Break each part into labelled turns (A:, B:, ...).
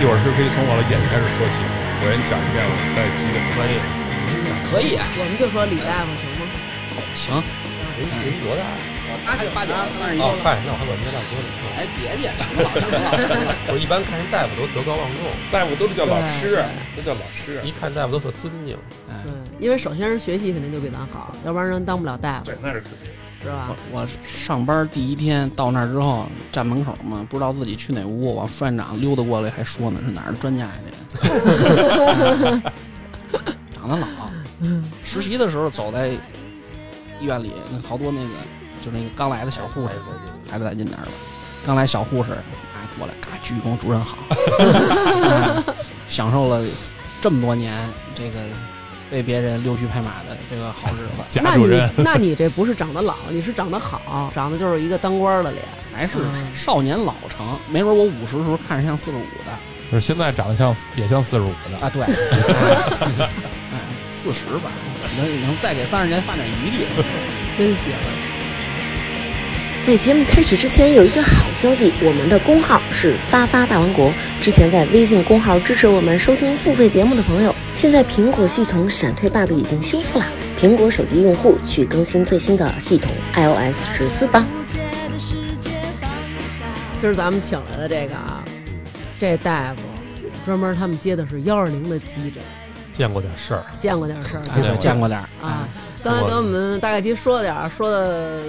A: 一会儿是可以从我的演开始说起，我先讲一遍我在吉林专业。
B: 可以，啊
C: 我们就说李大夫行吗？
B: 行，
A: 人人多大？
B: 八九八九三十一
A: 啊
B: 周，
A: 嗨，那我还管人家大哥呢。
B: 哎，别介，长不老长不老，
D: 我一般看人大夫都德高望重，
A: 大夫都是叫老
C: 对
A: 师，都叫老师。
D: 一看大夫都特尊敬。
C: 对，嗯因为首先是学习肯定就比咱好，要不然人当不了大夫，
A: 对，那是肯定。哦
C: 是吧
B: 我？我上班第一天到那儿之后，站门口嘛，不知道自己去哪屋，往副院长溜达过来，还说呢，是哪儿的专家呀？这 长得老。 实习的时候走在医院里，那好多那个就那个刚来的小护士，还得再近点儿吧。刚来小护士，哎，过来嘎鞠躬，主任好、 哎享受了这么多年这个被别人溜须拍马的这个好日子。
A: 贾
C: 那
A: 主
C: 你
A: 任，
C: 那你这不是长得老，你是长得好，长得就是一个当官儿的脸。
B: 还是
C: 嗯
B: 少年老成，没准我五十的时候看着像四十五的
A: 就是现在长得像也像四十五的，
B: 啊，对， 哎，四十吧，能能再给三十年发展余地。
C: 真行！
E: 在节目开始之前，有一个好消息，我们的公号是发发大王国。之前在微信公号支持我们收听付费节目的朋友，现在苹果系统闪退 bug 已经修复了，苹果手机用户去更新最新的系统 iOS 十四吧。
C: 今儿咱们请来的这个啊，这大夫专门他们接的是幺二零的急诊，
D: 见过点事儿，
C: 见过点事儿吧
B: 哎对见过点儿
C: 啊。刚才给我们大概其说了点儿，说的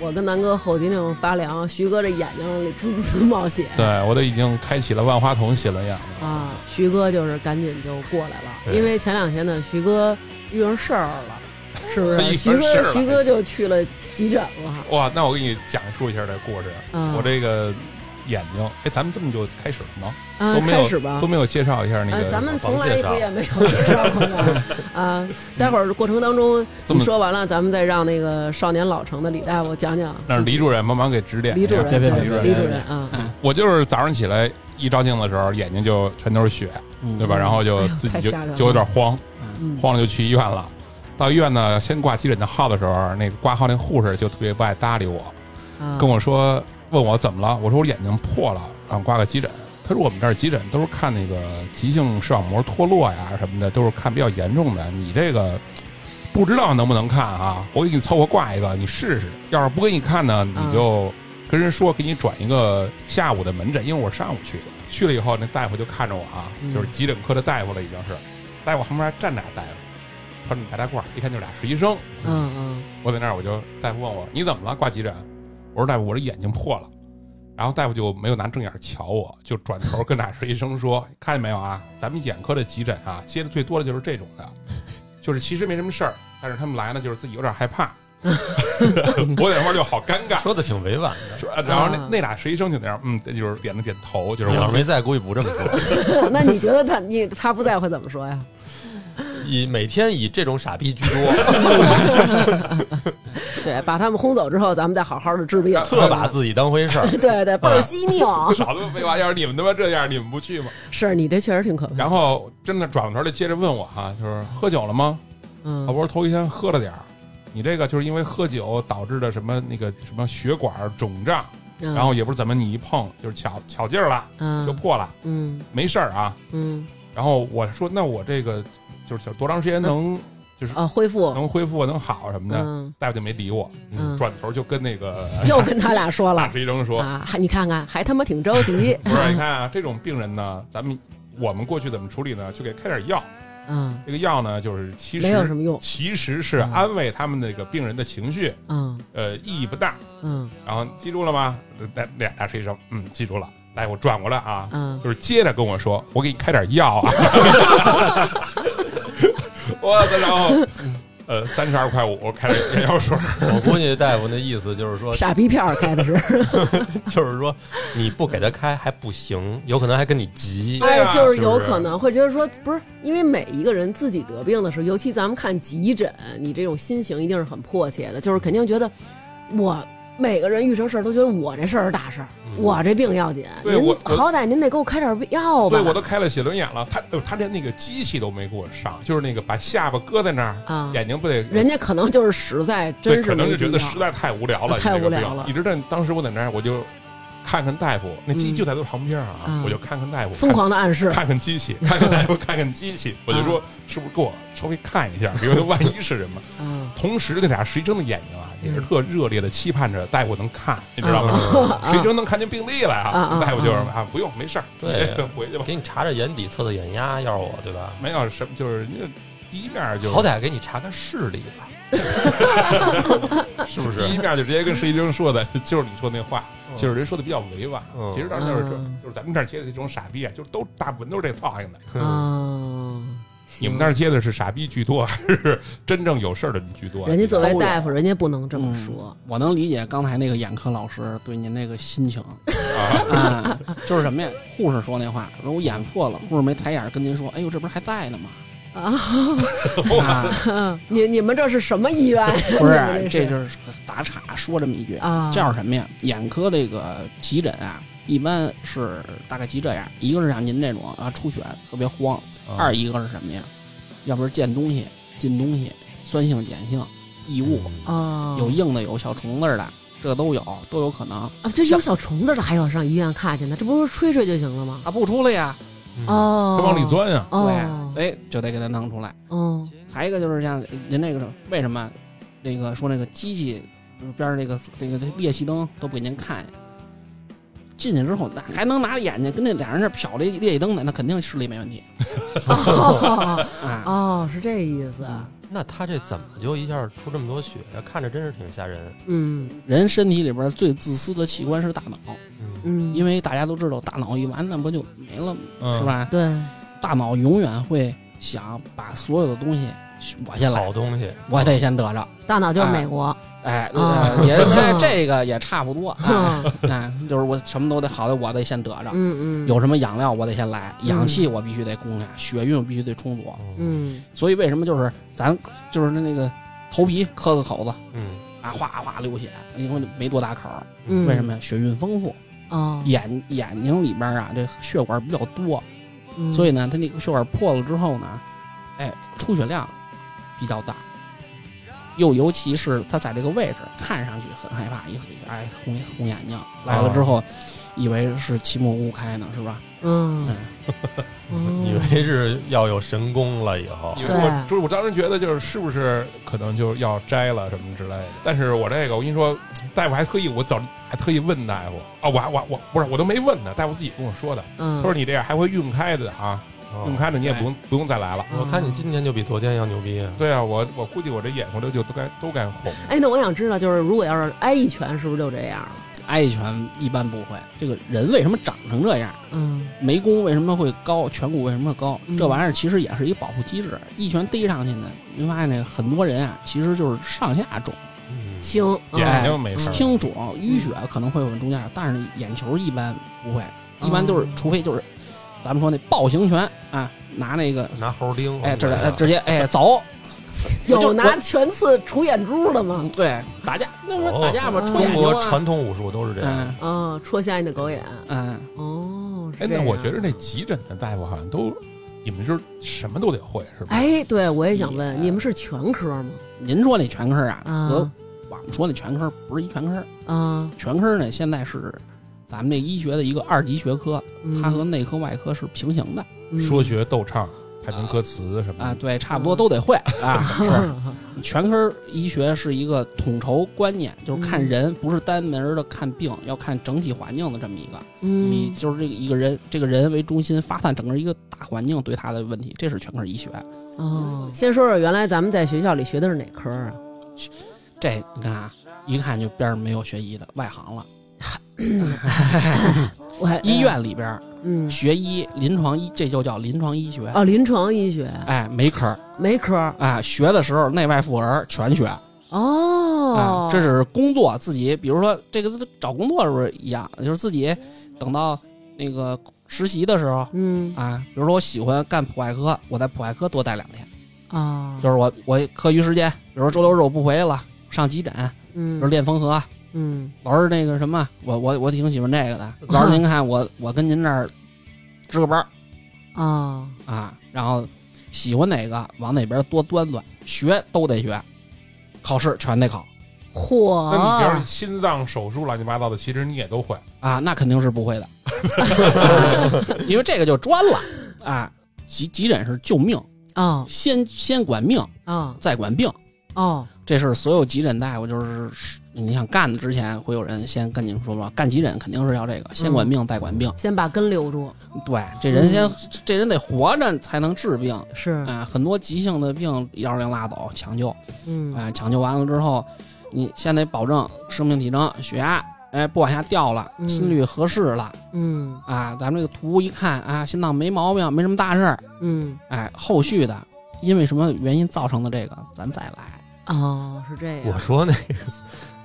C: 我跟南哥后脊梁发凉，徐哥这眼睛里滋滋冒血
A: 对我都已经开启了万花筒写轮眼了。
C: 啊。徐哥就是赶紧就过来了，
A: 对
C: 因为前两天呢，徐哥遇上事儿 了，是不
D: 遇
C: 是？
D: 上
C: 徐
D: 事儿
C: 哥
D: 了
C: 徐哥就去了急诊了。
A: 哇，那我给你讲述一下这故事。
C: 啊
A: 我这个眼睛，哎，咱们这么就开始了吗？
C: 啊
A: 都，没有
C: 开始吧
A: 都。没有介绍一下那
C: 啊，
A: 个
C: 咱们从
A: 房
C: 来
A: 介
C: 不
A: 绍。
C: 也没有介绍过 呢啊。待会儿过程当中
A: 这
C: 你
A: 么
C: 说完了，咱们再让那个少年老成的李大夫讲讲。
A: 那是李主任帮忙给指点一
C: 李
A: 下。
C: 主任，
B: 别别别
C: 对
A: 别
C: 李
A: 别
C: 主
B: 别
C: 任啊，
A: 我就是早上起来一照镜子的时候，眼睛就全都是血，
B: 嗯，
A: 对吧？然后就
C: 哎呦
A: 自己
C: 太
A: 就
C: 吓人了
A: 就有点慌，
C: 嗯，
A: 慌了就去医院了。到医院呢，先挂急诊的号的时候，那个挂号那护士就特别不爱搭理我，
C: 啊
A: 跟我说问我怎么了，我说我眼睛破了，让挂个急诊。他说我们这儿急诊都是看那个急性视网膜脱落呀什么的，都是看比较严重的。你这个不知道能不能看啊？我给你凑合挂一个，你试试。要是不给你看呢，你就跟人说给你转一个下午的门诊，因为我是上午去的。去了以后，那大夫就看着我啊，
C: 嗯
A: 就是急诊科的大夫了，已经是。大夫旁边站俩大夫，穿着白大褂，一看就是俩实习生。
C: 嗯嗯
A: 我在那儿，我就大夫问我你怎么了，挂急诊？我说大夫，我这眼睛破了。然后大夫就没有拿正眼瞧我，就转头跟俩实习生说：“看见没有啊，咱们眼科的急诊啊，接的最多的就是这种的，就是其实没什么事儿，但是他们来呢，就是自己有点害怕。我那会儿就好尴尬。
D: 说的挺委婉的。
A: 说然后那
C: 啊
A: 那俩实习生就那样，嗯，就是点了点头，就是
D: 要
A: 我
D: 是哎没在，估计不这么说。
C: 嗯，那你觉得他你他不在会怎么说呀？
D: 以每天以这种傻逼居多，
C: 对，把他们轰走之后，咱们再好好的治病。
D: 特把自己当回事儿。
C: 对对，倍
A: 啊
C: 儿惜命。
A: 少他妈废话，要是你们他妈这样，你们不去吗？
C: 是你这确实挺可怕。
A: 然后真的转过头来接着问我哈、就是喝酒了吗？
C: 嗯
A: 我，不是头一天喝了点儿，你这个就是因为喝酒导致的什么那个什么血管肿胀，
C: 嗯
A: 然后也不是怎么你一碰就是巧巧劲儿了
C: 嗯
A: 就破了，
C: 嗯
A: 没事儿啊。
C: 嗯
A: 然后我说那我这个就是多长时间能
C: 啊，恢复
A: 能恢复能好什么的，
C: 嗯
A: 大夫就没理我，
C: 嗯，
A: 转头就跟那个
C: 又跟他俩说
A: 大
C: 了
A: 实习生说，
C: 啊，还你看看还他妈挺着 急。
A: 我说你看啊，这种病人呢，咱们我们过去怎么处理呢？就给开点药，
C: 嗯，
A: 这个药呢就是其
C: 没有什
A: 实
C: 么用。
A: 其实是安慰他们那个病人的情绪，
C: 嗯
A: 呃，意义不大。
C: 嗯
A: 然后记住了吗？那俩俩实习生，嗯，记住了。来，我转过来啊，
C: 嗯，
A: 就是接着跟我说，我给你开点药啊。 我操，然后呃，三十二块五，我开了眼药水。
D: 我估计大夫那意思就是说，
C: 傻逼片儿开的是，
D: 就是说你不给他开还不行，有可能还跟你急。
A: 对啊
C: 哎，就是
A: 是不
C: 有
A: 是
C: 可能会觉得说，不是因为每一个人自己得病的时候，尤其咱们看急诊，你这种心情一定是很迫切的，就是肯定觉得我。每个人遇成事儿都觉得我这事儿是大事儿，我这病要紧。
A: 嗯对
C: 您
A: 我我
C: 好歹您得给 我开点药吧。
A: 对，我都开了写轮眼了，他呃他连那个机器都没给我上，就是那个把下巴搁在那儿，
C: 啊，
A: 眼睛不得
C: 人家可能就是实在
A: 对，
C: 真是
A: 可能
C: 没
A: 就觉
C: 必
A: 得
C: 要
A: 实在太无聊了，
C: 太
A: 你这个
C: 无聊
A: 病
C: 了
A: 一直在当时我在那儿我就看看大夫，那机器就在他旁边啊，
C: 嗯
A: 我就看看大夫，
C: 疯狂的暗示，
A: 看看机器， 看看大夫，看看机
C: 嗯
A: 器，我就说是不是给我稍微看一下，因为他 万一是什么。
C: 嗯，
A: 同时，这俩实习生的眼睛啊，也是特热烈的期盼着大夫能看，你知道
C: 哦
A: 吗？实习生能看见病历来
C: 啊
A: 啊，
C: 啊
A: 大夫就是啊，不用，没事儿，
D: 对 呀
A: 回去吧。
D: 给你查查眼底，测测眼压，要是我对吧？
A: 没有什么，就是那第一面就
D: 好歹给你查看视力吧， 是不
A: 第一
C: 哦
D: 是？
A: 面就直接跟实习生说的， 就是你说那话，就是人说的比较委婉。
D: 嗯
A: 其实当时就是这
C: 嗯
A: 就是咱们这儿接的这种傻逼啊，就是都大部分都是这操性的。
C: 哦，
A: 你
C: 行
A: 们那儿接的是傻逼居多，还是真正有事儿的人居多啊？
C: 人家作为
B: 都有
C: 大夫，人家不能这么
B: 嗯。
C: 说
B: 我能理解刚才那个眼科老师对您那个心情
A: 啊，
B: 啊，就是什么呀？护士说那话，说我眼破了，护士没抬眼跟您说，哎呦，这不是还在呢吗？啊，
C: 你你们这是什么医院？
B: 不
C: 你们
B: 是，
C: 这
B: 这就是打岔说这么一句
C: 啊
B: 这叫什么呀？眼科这个急诊啊，一般是大概急这样，一个是像您这种啊出血特别慌，
A: 啊
B: 二一个是什么呀？要不是见东西进东西，酸性碱性异物，
C: 哦，
B: 有硬的有小虫子儿的，这都有都有可能。
C: 啊，这有小虫子的还要上医院看去呢？这不是吹吹就行了吗？
B: 啊它不出来呀，
D: 哦，
C: 哦，
A: 嗯他往里，钻呀。
C: 哦，
B: 对，哎，就得给它弄出来。
C: 哦，
B: 还有一个就是像您那个为什么那个说那个机器就是边上那个那个裂隙灯都不给您看呀？进去之后，那还能拿眼睛跟那俩人这瞟这裂隙灯呢，那肯定视力没问题
C: 哦，
B: 啊。
C: 哦，是这意思。啊
D: 那他这怎么就一下出这么多血？看着真是挺吓人。
C: 嗯
B: 人身体里边最自私的器官是大脑，
D: 嗯，
C: 嗯，
B: 因
C: 为
B: 为大家都知道，大脑一完那不就没了吗
A: 嗯
B: 是吧？
C: 对，
B: 大脑永远会想把所有的东西我先来
D: 好，东西，
B: 我得先得着。
C: 大脑就是美国。
B: 哎，
C: 啊
B: 呃也哎这个也差不多，哎
C: 嗯
B: 哎，就是我什么都得好的，我得先得 着。
C: 嗯嗯，
B: 有什么养料我得先来，氧气我必须得供下，血运我必须得充足。
C: 嗯
B: 所以为什么就是咱就是那个头皮磕个口子
D: 嗯
B: 啊，哗哗流血，因为没多大口儿，
C: 嗯，
B: 为什么呀？血运丰富，
C: 哦，
B: 眼眼睛里边啊这血管比较多，
C: 嗯
B: 所以呢它那个血管破了之后呢，哎，出血量比较大。又尤其是它在这个位置看上去很害怕，一哎红红眼睛来了之
C: 哦
B: 后，以为是奇木屋开呢，是吧？
C: 嗯
B: 哎，
C: 哦
D: 以为是要有神功了以后
A: 因，为
C: 对
A: 我就是我当时觉得就是是不是可能就要摘了什么之类的，但是我这个我跟你说，大夫还特意我早还特意问大夫啊，我还我我不是我都没问呢，大夫自己跟我说的，
C: 嗯，
A: 他说你这个还会晕开的啊，
D: 哦
A: 晕开的你也不用不用再来了。
C: 嗯
D: 我看你今天就比昨天要牛逼啊！
A: 对啊，我我估计我这眼睛都就都该都该红。
C: 哎，那我想知道，就是如果要是挨一拳，是不是就这样了？
B: 挨一拳一般不会。这个人为什么长成这样？
C: 嗯
B: 眉弓为什么会高？颧骨为什么高？
C: 嗯
B: 这玩意儿其实也是一保护机制。一拳逮上去呢，您发现那个很多人啊，其实就是上下肿、
D: 嗯，
C: 轻，
A: 眼睛没事儿，
B: 青肿、淤血可能会往中间，但是眼球一般不会，一般都是
C: 哦，
B: 除非就是咱们说那暴行拳啊，拿那个
D: 拿猴钉，
B: 哎，这哎直接哎 走，我
C: 有
B: 就
C: 拿拳刺杵眼珠的吗？
B: 对打架，那不是
D: 哦
B: 打架嘛，
C: 哦
B: 戳眼
D: 中
B: 睛
D: 国
B: 啊，
D: 传统武术都是这样
B: 嗯。
C: 嗯，戳瞎你的狗眼。
B: 嗯，
C: 哦，是
A: 哎，
C: 这
A: 那
C: 样
A: 我觉得那急诊的大夫好像都，你们就是什么都得会是吧？
C: 哎，对，我也想问，你们是全科吗？
B: 您说那全科啊
C: 啊
D: 嗯
B: 和网说那全科不是一全科，
C: 啊，
B: 全科呢现在是咱们这医学的一个二级学科，
C: 嗯
B: 它和内科、外科是平行的
C: 嗯
A: 说学逗唱，还能歌词什么
B: 啊，
A: 的。
B: 对，差不多都得会啊。
C: 嗯
B: 是，全科医学是一个统筹观念，就是
C: 嗯
B: 看人，不是单门的看病，要看整体环境的这么一个，以
C: 嗯
B: 就是这个一个人这个人为中心，发散整个一个大环境对他的问题，这是全科医学。
C: 哦，先说说原来咱们在学校里学的是哪科啊？
B: 这你看啊，一看就边上没有学医的外行了。
C: 我还
B: 医，院里边儿
C: 哎嗯，
B: 学医，临床医，这就叫临床医学。
C: 哦，临床医学
B: 哎，没科儿
C: 没科
B: 啊，学的时候内外妇儿全学
C: 哦
B: 啊，，这只是工作自己，比如说这个找工作是不是一样？就是自己等到那个实习的时候
C: 嗯
B: 啊，比如说我喜欢干普外科，我在普外科多待两天，
C: 啊，
B: 就是我我课余时间，比如说周六日我不回来了，上急诊，比如
C: 嗯
B: 练缝合。
C: 嗯
B: 老师，那个什么，我我我挺喜欢这个 的。老师，您看我我跟您这儿值个班儿
C: 啊，
B: 啊，然后喜欢哪个往哪边多端端，学都得学，考试全得考。
A: 那你比如
C: 嚯，
A: 心脏手术乱七八糟的，其实你也都会。
B: 啊，那肯定是不会的， 因为这个就专了啊。急急诊是救命，
C: 哦
B: 先先管命，
C: 哦
B: 再管病。
C: 哦，
B: 这是所有急诊大夫，就是你想干的之前，会有人先跟你们说吧，干急诊肯定是要这个，先
C: 嗯
B: 管命再管病。
C: 先把根留住，
B: 对，这人
C: 嗯
B: 先，这人得活着才能治病
C: 是，
A: 哎
B: 啊。很多急性的病，幺二零拉倒抢救
A: 哎
C: 嗯
B: 啊，抢救完了之后，你先得保证生命体征、血压，哎，不往下掉了，
C: 嗯
B: 心率合适了
C: 嗯
B: 啊。咱们这个图一看啊，心脏没毛病，没什么大事儿。
C: 嗯，
B: 哎，后续的因为什么原因造成的这个，咱再来。
C: 哦，是这
D: 我
C: 样，
D: 说那个，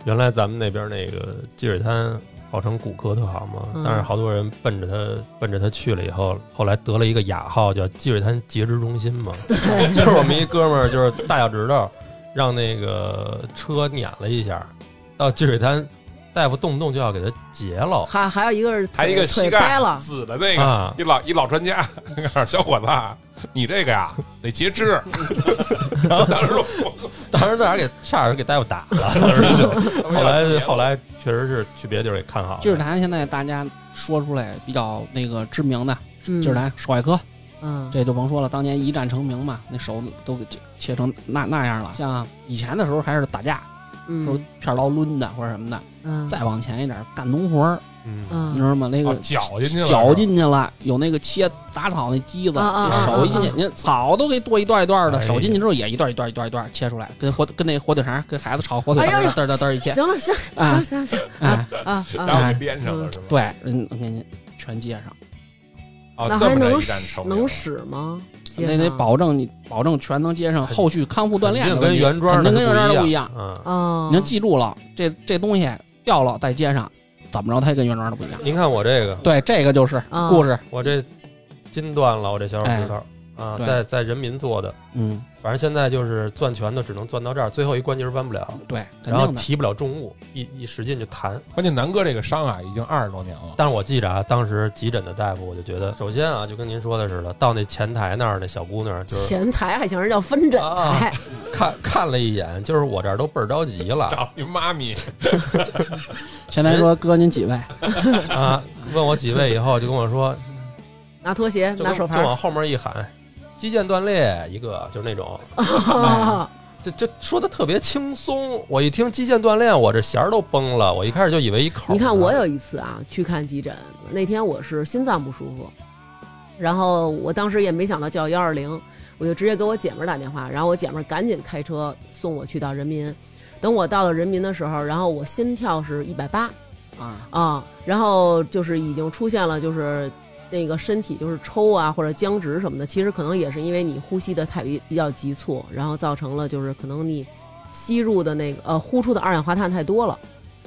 D: 原来咱们那边那个积水滩号称骨科特好嘛，
C: 嗯
D: 但是好多人奔着它奔着它去了以后，后来得了一个雅号叫积水滩截肢中 心嘛，就是我们一哥们儿就是大脚趾头让那个车碾了一下，到积水滩大夫动不动就要给他截了。
C: 还还有一个是
A: 还有一个
C: 腿
A: 膝
C: 腿掰
A: 盖
C: 了，
A: 紫的那个，
D: 啊，
A: 一老一老专家， 那个小伙子，啊你这个呀得截 肢。然后当时说，我
D: 当时那还给差点给大夫打了，当时就后来后来确实是去别的地儿给看好了。
B: 积水潭现在大家说出来比较那个知名的积
C: 嗯
B: 水潭手外科，
C: 嗯，
B: 这就甭说了，当年一战成名嘛，那手都给切成那那样了。像以前的时候还是打架，说
C: 嗯
B: 片儿刀抡的或者什么的，
C: 嗯，
B: 再往前一点干农活儿，
D: 嗯，
B: 你知
C: 嗯
B: 道吗？那个
A: 哦绞进去了，
B: 绞进去了，有那个切杂草那机子，
C: 啊啊
B: 那手一进去，你看草都给剁一段一段的，
D: 哎呀
B: 手进去之后也一段一段一段一段切出来，跟火跟那火腿肠跟孩子炒火腿肠
C: 哎呦呦
B: 嘚儿嘚儿嘚儿一切，
C: 行了，行
B: 啊
C: 行行行
B: 哎，
C: 啊
A: 然
C: 啊，
A: 后给连上了是吧？
B: 对，嗯，我给你全接上，
A: 哦，
C: 那
A: 这
C: 还
A: 么着
C: 能
A: 一战
C: 使
A: 成名
C: 能使吗？
B: 那得
C: 保。
B: 保证你保证全能接上，
D: 肯
B: 后续康复锻炼的问
D: 肯定跟
B: 题
D: 原装
B: 肯
D: 的
B: 定跟原装的不一样，
D: 嗯，
C: 哦，
B: 你要记住了，这这东西掉了再接上，怎么着它也跟原装的不一样。
D: 您看我这个，
B: 对，这个就是
C: 啊
B: 故事，
D: 我这筋断了，我这小手指头、
B: 哎
D: 啊，
B: 对
D: 在在人民做的，
B: 嗯，
D: 反正现在就是攥拳头只能攥到这儿，最后一关节弯不了，
B: 对，肯
D: 然后
B: 定的。
D: 提不了重物，一一使劲就弹。
A: 关键南哥这个伤啊，已经二十多年了。
D: 但是我记着啊，当时急诊的大夫，我就觉得，首先啊，就跟您说的似的，到那前台那儿，那小姑娘就是
C: 前台还行，人叫分诊台，
A: 啊
D: 看看了一眼，就是我这儿都倍儿着急 了
A: 找你妈咪，
B: 前台说：“哥，您几位
D: 啊，问我几位以后，就跟我说，
C: 拿拖鞋，
D: 就
C: 拿
D: 跟
C: 手
D: 就
C: 牌
D: 往后面一喊，肌腱断裂一个，就是那种，
C: 儿，
D: 这这说的特别轻松，我一听肌腱断裂，我这弦儿都崩了。我一开始就以为一口。
C: 你看我有一次啊，去看急诊，那天我是心脏不舒服，然后我当时也没想到叫幺二零，我就直接给我姐们儿打电话，然后我姐们儿赶紧开车送我去到人民。等我到了人民的时候，然后我心跳是一百八
B: 啊
C: 啊，然后就是已经出现了就是那个身体就是抽啊或者僵直什么的，其实可能也是因为你呼吸的太比比较急促，然后造成了就是可能你吸入的那个呃呼出的二氧化碳太多了，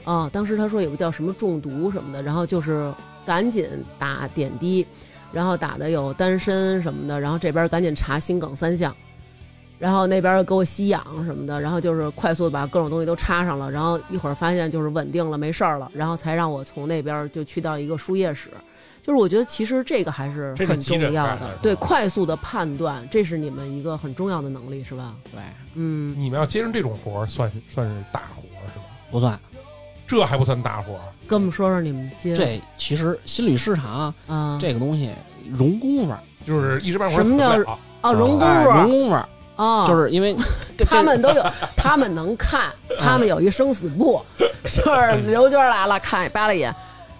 C: 啊，当时他说也不叫什么中毒什么的，然后就是赶紧打点滴，然后打的有丹参什么的，然后这边赶紧查心梗三项。然后那边给我吸氧什么的，然后就是快速地把各种东西都插上了，然后一会儿发现就是稳定了，没事儿了，然后才让我从那边就去到一个输液室。就是我觉得其实这个还是
A: 这是
C: 很
A: 急
C: 重
A: 诊
C: 要
A: 干的
C: 的
A: 是吧，
C: 对，快速的判断，这是你们一个很重要的能力，是吧？
B: 对，
C: 嗯，
A: 你们要接上这种活儿，算算是大活儿是吧？
B: 不算。
A: 这还不算大活儿，
C: 跟我们说说你们接
B: 这其实心理市场啊
C: 啊，
B: 这个东西容功夫儿，
A: 就是一时半会儿
C: 什
A: 死
C: 么
A: 不
C: 叫
A: 了。
C: 啊，荣功
B: 哎
C: 夫
B: 容功夫儿，
C: 啊，
B: 就是因为这嗯
C: 他们都有，他们能 看，他们有一生死簿，就是刘娟来了，看扒拉一眼，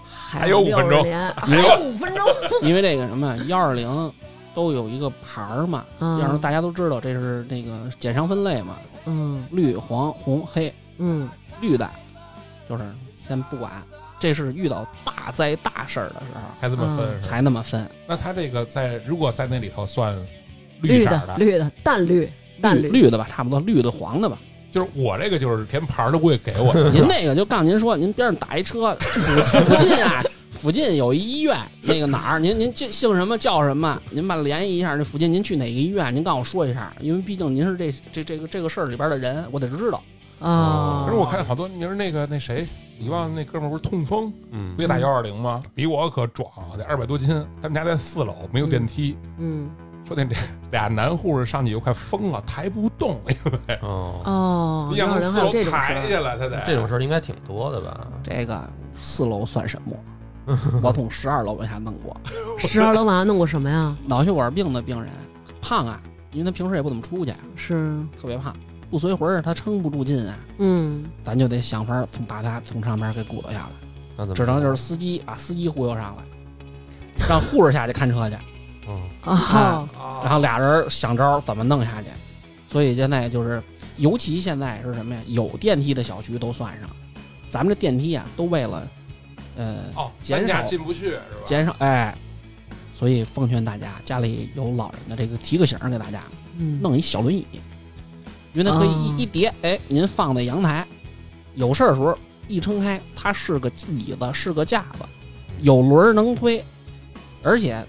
C: 还
A: 还有五分钟
C: 60年 还有五分钟，
B: 因为这个什么幺二零都有一个牌儿嘛，
C: 嗯
B: 让大家都知道这是那个减伤分类嘛，
C: 嗯
B: 绿、黄、红、黑，
C: 嗯
B: 绿的，就是先不管，这是遇到大灾大事儿的时候
A: 还这么分
C: 嗯
A: 是吧？
B: 才那么分。
A: 那他这个在如果在那里头算绿
C: 绿
A: 色儿
C: 的，绿的淡绿淡
B: 绿，绿的吧，差不多绿的黄的吧。
A: 就是我这个就是连牌儿都不会给我，
B: 您那个就告诉您说，您边上打一车，附附近啊，附近有一医院，那个哪儿，您您姓姓什么叫什么，您把联系一下，这附近您去哪个医院，您告诉我说一下，因为毕竟您是这这这个这个事儿里边的人，我得知道。
C: 啊
B: 哦
A: 可是我看好多，你说那个那谁，你忘了那哥们儿不是痛风，
D: 嗯
A: 不也打幺二零吗？比我可壮，得二百多斤。他们家在四楼，没有电梯，
C: 嗯
A: 说那俩俩男护士上去就快疯了，抬不动，哎因为
D: 哦，
C: 哦，
A: 你
C: 要
A: 想
C: 是
A: 从
C: 能
A: 四
C: 还有
A: 楼抬
C: 这种事儿，
A: 下来，他得
D: 这种事儿应该挺多的吧？
B: 这个四楼算什么？我从十二楼往下弄过，
C: 十二楼晚上弄过什么呀？
B: 脑血管病的病人，胖啊，因为他平时也不怎么出去，
C: 是，
B: 特别胖，不随魂儿，他撑不住劲啊，
C: 嗯，
B: 咱就得想法儿从把他从上边儿给鼓捣下来，
D: 那怎么
B: 只能就是司机把司机忽悠上来，让护士下去看车去，
D: 嗯，
B: 哎
C: 哦，
A: 啊
B: 然后俩人想招儿怎么弄下去。所以现在就是，尤其现在是什么呀？有电梯的小区都算上，咱们这电梯啊，都为了，呃，
A: 哦，
B: 减
A: 搬家
B: 少
A: 进不去是吧？
B: 减少哎。所以奉劝大家，家里有老人的这个提个醒儿给大家，
C: 嗯，
B: 弄一小轮椅，因为它可以
C: 哦
B: 一一叠，哎，您放在阳台，有事儿的时候一撑开，它是个椅子，是个架子，有轮儿能推，而且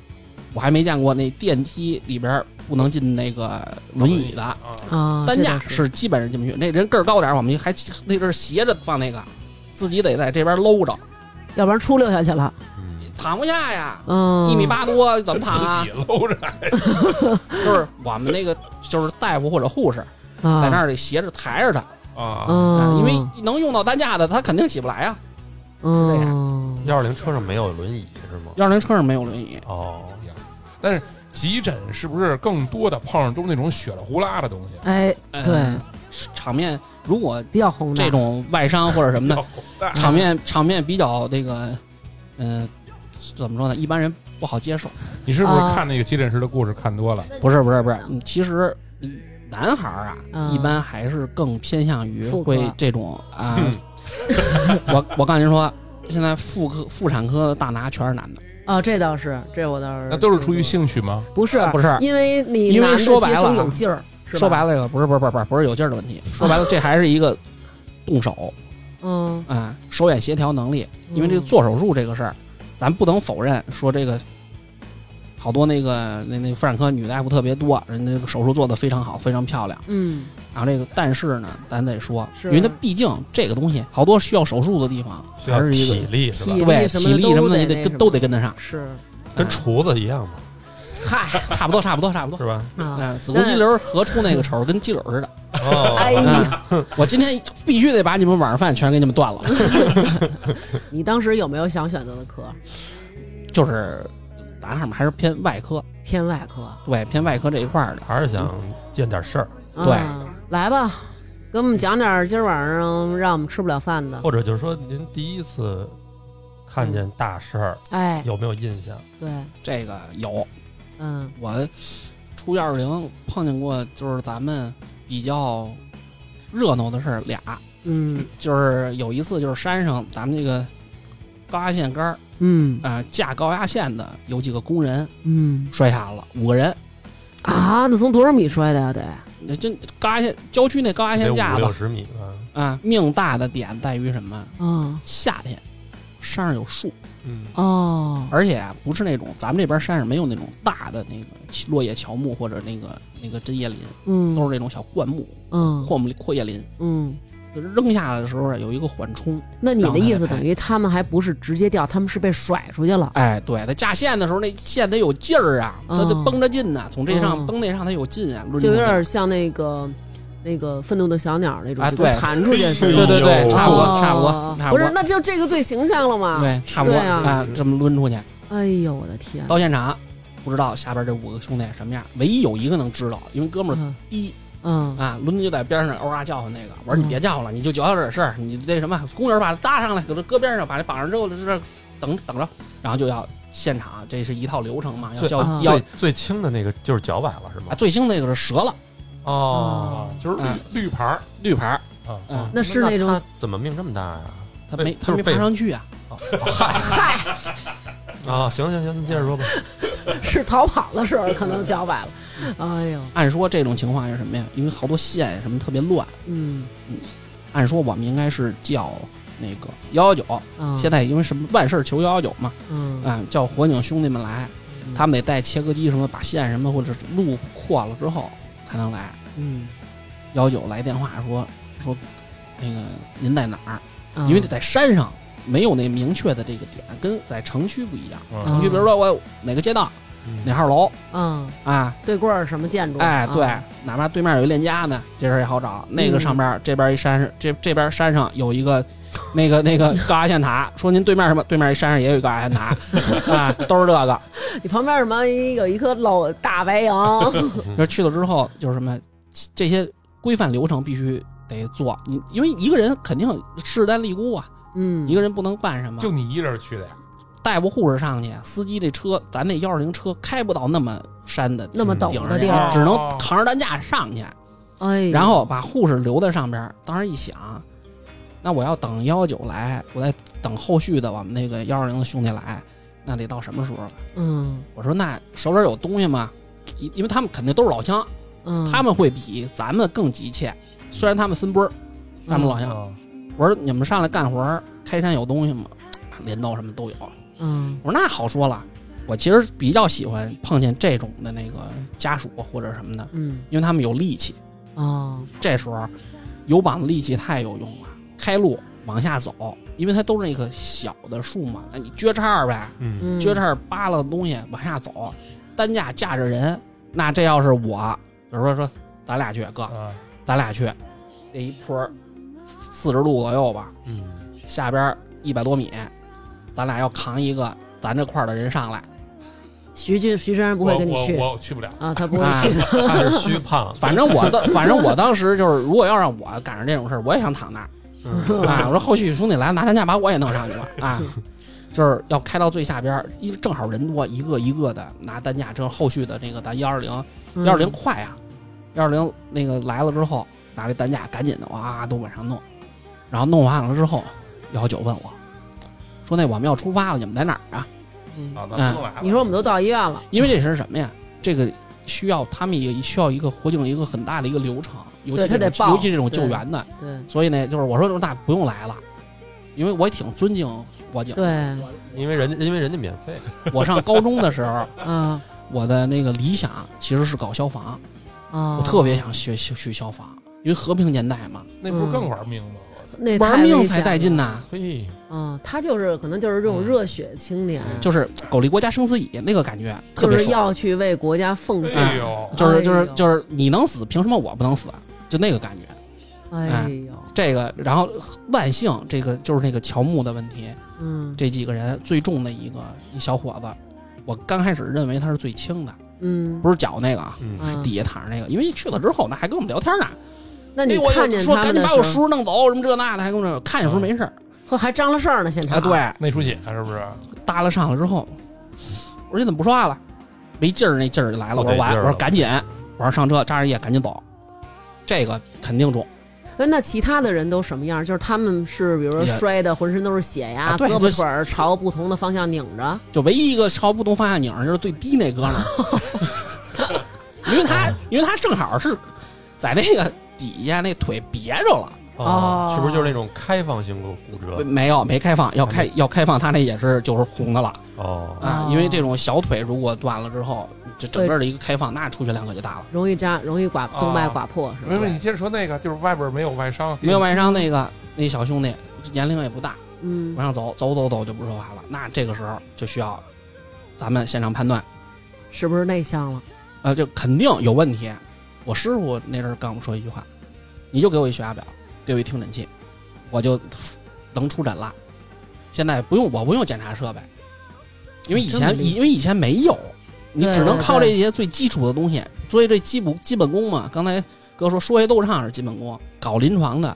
B: 我还没见过那电梯里边儿不能进那个轮椅的，
A: 啊，
C: 啊，
B: 担
C: 这
B: 架
C: 倒是
B: 是基本上进不去，那人个儿高点儿，我们还那阵儿斜着放那个，自己得在这边搂着，
C: 要不然出溜下去了，
D: 嗯
B: 躺不下呀。
C: 嗯，
B: 一米，八多怎么躺 啊
A: 自？己搂着，
B: 就是我们那个就是大夫或者护士在
C: 在
B: 那，儿斜着抬着他，
A: 啊，
B: 啊
C: 嗯，
B: 因为能用到担架的，他肯定起不来啊。
C: 嗯，
B: 这
D: 幺二零车上没有轮椅是吗？
B: 幺二零车上没有轮椅，
D: 哦，
A: 但是急诊是不是更多的碰上都是那种血了呼啦的东西？
C: 哎，
B: 呃
C: 对，
B: 场面如果
C: 比较宏大，
B: 这种外伤或者什么 的，
A: 那
B: 场面场面比较那个，嗯、怎么说呢？一般人不好接受。
A: 你是不是
C: 啊
A: 看那个急诊室的故事看多了？
B: 不是不是不是，嗯其实嗯男孩儿啊，
C: 嗯
B: 一般还是更偏向于
C: 妇科
B: 会这种啊。我我告诉您说，现在妇科妇产科大拿全是男的，
C: 啊，这倒是，这我倒是，
A: 那都是出于，兴趣吗？
C: 不是
B: 啊不是
C: 因为你
B: 因为
C: 男的
B: 说白
C: 接
B: 了
C: 收
B: 啊
C: 有劲儿，是吧
B: 说白，了这个不是不是不是不是不是有劲儿的问题，说白了这还是一个动手。
C: 嗯，
B: 啊，手眼协调能力，因为这个做手术这个事儿，咱不能否认说这个好多那个那那妇产科女大夫特别多，人家这个手术做得非常好，非常漂亮。
C: 嗯，
B: 然后这个，但是呢，咱得说，
C: 是
B: 因为它毕竟这个东西好多需要手术的地方，
D: 需
B: 还
D: 要
B: 是一
D: 体
B: 个
D: 力是吧？
C: 力
B: 对
C: 什
B: 体
C: 么的
B: 力什么的，
C: 都
B: 你
C: 得
B: 得
C: 那什
B: 跟
C: 么
B: 都得跟得上。
C: 是，
D: 跟厨子一样嘛，
B: 嗨，差不多，差不多，差不多。
D: 是吧？
C: 啊，
B: 嗯，子宫肌瘤合出那个丑儿跟鸡柳似的。啊
C: 哎
D: 哦，
C: 呀，
B: 我今天必须得把你们晚上饭全给你们断了。
C: 你当时有没有想选择的科？
B: 就是男孩们还是偏外科，
C: 偏外科，
B: 对，偏外科这一块儿的。
D: 还是想见点事儿，
B: 对
C: 啊，来吧，给我们讲点儿今儿晚上让我们吃不了饭的，
D: 或者就是说您第一次看见大事儿
C: 嗯哎，
D: 有没有印象？
C: 对，
B: 这个有，
C: 嗯，
B: 我出幺二零碰见过，就是咱们比较热闹的事儿俩，
C: 嗯
B: 就是有一次就是山上咱们这个高压线杆儿
C: 嗯
B: 啊、呃架高压线的有几个工人
C: 嗯
B: 摔下了，五个人。
C: 啊，那从多少米摔的呀？得，
B: 那真高压线郊区那高压
D: 得
B: 线
D: 五
B: 架
D: 六
B: 子
D: 十米吧。
B: 啊，命大的点在于什么？
C: 嗯
B: 夏天山上有树，
D: 嗯，
C: 哦，
B: 而且啊不是那种咱们这边山上没有那种大的那个落叶乔木或者那个那个针叶林，都
C: 嗯
B: 是那种小灌木、
C: 嗯
B: 阔木阔叶林。
C: 嗯，
B: 就是扔下来的时候啊有一个缓冲，
C: 那你的意思
B: 让他
C: 等于他们还不是直接掉，他们是被甩出去了。
B: 哎，对，它架线的时候那线得有劲儿啊，它得
C: 嗯
B: 绷着劲呐、从这上
C: 嗯
B: 绷那上它有劲啊，抡
C: 就有
B: 出去
C: 点像那个那个愤怒的小鸟那种，
B: 啊
C: 就
B: 对
C: 跟弹出去似
B: 对
C: 的。
B: 对对，差不多
C: 哦
B: 差不多差
C: 不
B: 多
C: 是，，那就这个最形象了嘛。
B: 对，哦差不多
C: 对啊
B: 这么抡出去
C: 哎呦我的天！
B: 到现场，不知道下边这五个兄弟什么样，唯一有一个能知道，因为哥们儿
C: 嗯
B: 低
C: 嗯
B: 啊，抡就在边上嗷啊叫唤那个，我说你
C: 嗯
B: 别叫了，你就嚼嚼这事儿，你这什么工人把它搭上来，给它搁边上，把这绑上之后，就这等等着，然后就要现场，这是一套流程嘛，要
D: 最
B: 叫
C: 啊
B: 要
D: 最最轻的那个就是脚崴了是吗
B: 啊，？最轻那个是折了，
D: 哦，
A: 啊就是
B: 嗯
A: 绿绿牌儿
B: 绿牌儿，
A: 啊
B: 嗯，
C: 那是那种
D: 他怎么命这么大呀？
B: 他
D: 被
B: 没
D: 哎就
B: 他
D: 是
B: 没
D: 被
B: 爬上去啊，
D: 啊，行行行，你接着说 吧。
C: 是逃跑的时候可能脚 崴了。哎呦，
B: 按说这种情况是什么呀？因为好多线呀什么特别乱，
C: 嗯
B: 按说我们应该是叫那个幺幺九。
C: 啊，
B: 现在因为什么万事求幺幺九嘛，
C: 嗯
B: 啊、叫火警兄弟们来，他们得带切割机什么，把线什么或者是路扩了之后才能来。
C: 嗯，
B: 幺九来电话说说，那个您在哪儿？
C: 啊
B: 因为在山上没有那明确的这个点，跟在城区不一样。
A: 嗯
C: 啊
B: 城区比如说我哪个街道，哪号楼
C: 嗯，
B: 啊？
C: 对过儿什么建筑？
B: 哎，
C: 啊
B: 对，哪怕对面有一链家呢，这事儿也好找。那个上边儿这边一山上，这这边山上有一个。 那个那个高压线塔，说您对面什么？对面一山上也有一高压线塔，啊，都是这个。
C: 你旁边什么哎有一棵老大白 杨，
B: 就是去了之后，就是什么这些规范流程必须得做。你因为一个人肯定势单力孤啊，
C: 嗯，
B: 一个人不能办什么。
A: 就你一人去的呀？
B: 大夫、护士上去，司机这车，咱那幺二零车开不到那么山的
C: 那么
B: 嗯
C: 陡
B: 顶
C: 嗯的
B: 上去
C: 地儿，
A: 哦
B: 只能扛着担架上去，
C: 哎，
B: 然后把护士留在上边儿。当时一想，那我要等幺幺九来，我再等后续的我们那个幺二零的兄弟来，那得到什么时候了？
C: 嗯
B: 我说那手里有东西吗？因因为他们肯定都是老乡，
C: 嗯，
B: 他们会比咱们更急切，虽然他们分波儿，
C: 嗯
B: 他们
C: 哎
B: 老乡。
D: 啊
B: 我说你们上来干活儿，开山有东西吗？镰刀什么都有。
C: 嗯
B: 我说那好说了，我其实比较喜欢碰见这种的那个家属或者什么的，
C: 嗯
B: 因为他们有力气。
C: 哦
B: 这时候有膀子力气太有用了，开路往下走，因为它都是那个小的树嘛，那你撅叉儿呗，
D: 嗯，
C: 嗯，
B: 撅叉儿扒拉东西往下走，担架架着人。那这要是我，比如说说咱俩去哥，
D: 啊，
B: 咱俩去，这一坡四十度左右吧，
D: 嗯，
B: 下边一百多米，咱俩要扛一个咱这块儿的人上来，
C: 徐俊徐先生不会跟你去
A: 我我我去不了。
C: 啊，他不会去的，
D: 他是虚胖，
B: 哎反正我的，反正我当时就是，如果要让我赶上这种事儿，我也想躺那儿
D: 嗯
B: 啊。我说后续兄弟来拿担架把我也弄上去了啊，就是要开到最下边儿，因为正好人多，一个一个的拿担架。之后后续的这个咱幺二零
C: 嗯
B: 幺二零快啊，幺二零那个来了之后拿这担架赶紧的哇都往上弄，然后弄完了之后幺九问我说那我们要出发了，你们在哪儿啊？
C: 嗯
A: 啊，那不用来了。
C: 你说我们都到医院了，
B: 因为这是什么呀？这个需要他们也需要一个活境一个很大的一个流程，尤其
C: 对他
B: 这
C: 得
B: 种
C: 报
B: 尤其这种救援的，
C: 对
B: 所以呢，就是我说那不用来了，因为我也挺尊敬火警。
C: 对，
D: 因为人家因为人家免费，
B: 我上高中的时候，
C: 啊
B: 我的那个理想其实是搞消防，
C: 啊，
B: 我特别想学学去消防，因为和平年代嘛，
A: 那
C: 嗯
A: 不是更玩命吗？我
C: 那太
B: 玩命
C: 危
B: 才
C: 险
B: 带劲
C: 了
B: 呐。
D: 嘿，
C: 嗯，他就是可能就是这种热血青年，
B: 就是苟利国家生死以那个感觉特
C: 就
B: 别
C: 是
B: 爽，
C: 要去为国家奉
A: 哎
C: 献。
A: 呦，
B: 就是就
C: 哎
B: 是
C: 呦
B: 就是你能死，凭什么我不能死？啊就那个感觉。
C: 哎呦，
B: 这个，然后万幸，这个就是那个乔木的问题，
C: 嗯
B: 这几个人最重的一个一小伙子，我刚开始认为他是最轻的，
C: 嗯，
B: 不是脚那个啊，
D: 嗯，
C: 嗯，
B: 底下躺着那个，因为去了之后那还跟我们聊天呢，
C: 那你
B: 哎我
C: 看见
B: 说
C: 他
B: 赶
C: 们
B: 紧
C: 的
B: 把我
C: 时候，
B: 叔弄走什么这那的，还跟我们看
D: 嗯
B: 见时候没事儿
C: 呵，还张了事儿呢，现
B: 啊，
C: 场。，
B: 对，
A: 内出血是不是？
B: 耷拉上了之后，我说你怎么不说话了？没劲儿，那劲儿就来了，
D: 不
B: 我
D: 得
B: 说
D: 哦劲儿
B: 完，我说
D: 了
B: 赶紧，我说上车扎着夜赶紧走，这个肯定中，
C: 哎那其他的人都什么样？就是他们是，比如说
B: 也
C: 摔的浑身都是血呀，
B: 啊对
C: 胳膊
B: 就是
C: 腿儿朝不同的方向拧着。
B: 就唯一一个朝不同方向拧儿就是最低那哥们儿，因为他因为他正好是在那个底下那腿别着了，
C: 哦
D: 是不是就是那种开放性骨骨折？
B: 没有没开放，要开要开放他那也是就是红的了
D: 哦，
B: 啊
C: 哦，
B: 因为这种小腿如果断了之后，这整个的一个开放，那出血量可就大了。
C: 容易扎，容易剐
A: 啊
C: 动脉剐破是
A: 没
C: 吧？
A: 有，你接着说那个，就是外边没有外伤，
B: 没有外伤那个那小兄弟年龄也不大，
C: 嗯
B: 往上走走走走就不说话了，那这个时候就需要咱们现场判断。
C: 是不是内向了？
B: 呃，这肯定有问题。我师傅那阵儿跟我说一句话，你就给我一血压表，给我一听诊器，我就能出诊了。现在不用，我不用检查设备，因为以
C: 哦这么
B: 前
C: 厉害
B: 因为以前没有，你
C: 对
B: 只能靠
C: 对
B: 这些最基础的东西。所以这基本基本功嘛，刚才哥说说学逗唱是基本功，搞临床的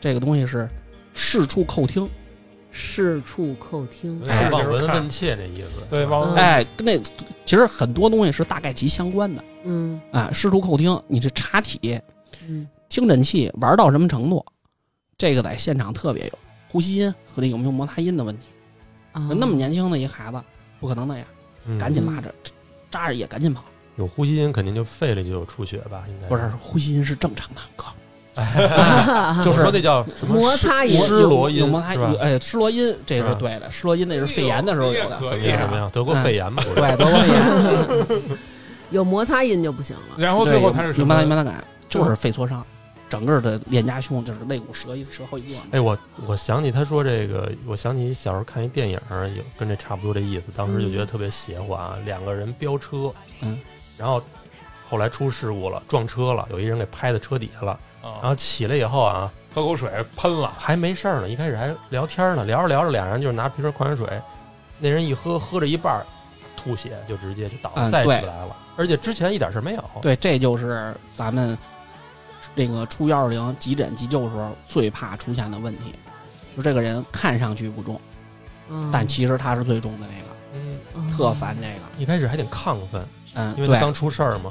B: 这个东西是视处叩听，
C: 视处叩听
D: 有，
A: 哎
D: 点望闻问切那意思，
A: 对望闻
C: 嗯
B: 哎，跟那其实很多东西是大概其相关的
C: 嗯
B: 啊。视处叩听，你这查体，
C: 嗯
B: 听诊器玩到什么程度，这个在现场特别有。呼吸音和那有没有摩擦音的问题，
C: 啊，
B: 那么年轻的一孩子不可能那样，
D: 嗯
B: 赶紧拉着扎着也赶紧跑。
D: 有呼吸音，肯定就肺里就有出血吧？应该
B: 不是，呼吸音是正常的，哥，
D: 就
B: 就是是
D: 说那叫什
C: 啊
D: 么
C: 摩擦
D: 湿
C: 也
D: 湿罗音
B: 哎有摩擦
D: 是吧
B: 音，哎，湿罗音这
D: 是
B: 是
D: 吧
B: 对的，湿罗音那是肺
A: 哎
B: 炎的时候有的，
A: 可
D: 什么
A: 以
D: 呀
A: 啊
D: 什么呀？德国肺炎嘛，不是
B: 对，德 国肺炎。
C: 有摩擦音就不行了。
A: 然后最后他是
B: 有
A: 什
B: 摩
A: 么
B: 擦？音摩擦感，就是肺挫伤，整个的脸颊胸就是肋骨折一折好几个。
D: 哎，我我想起他说这个，我想起小时候看一电影儿，有跟这差不多这意思，当时就觉得特别邪乎啊，两个人飙车，
B: 嗯，
D: 然后后来出事故了，撞车了，有一人给拍在车底下了，
B: 哦
D: 然
A: 啊，
D: 后起来以后啊，
A: 喝口水喷了，
D: 还没事儿呢，一开始还聊天呢，聊着聊着，俩人就是拿瓶矿泉水，那人一喝，喝着一半儿吐血，就直接就倒了，
B: 嗯
D: 再起
B: 对
D: 来了，而且之前一点事儿没有，
B: 对，这就是咱们这个出幺二零急诊急救的时候最怕出现的问题，就这个人看上去不重，
C: 嗯
B: 但其实他是最重的这
D: 嗯，
C: 嗯
B: 个，特烦这个。
D: 一开始还挺亢奋，
B: 嗯，
D: 因为他
B: 对，
D: 刚嗯出事儿嘛，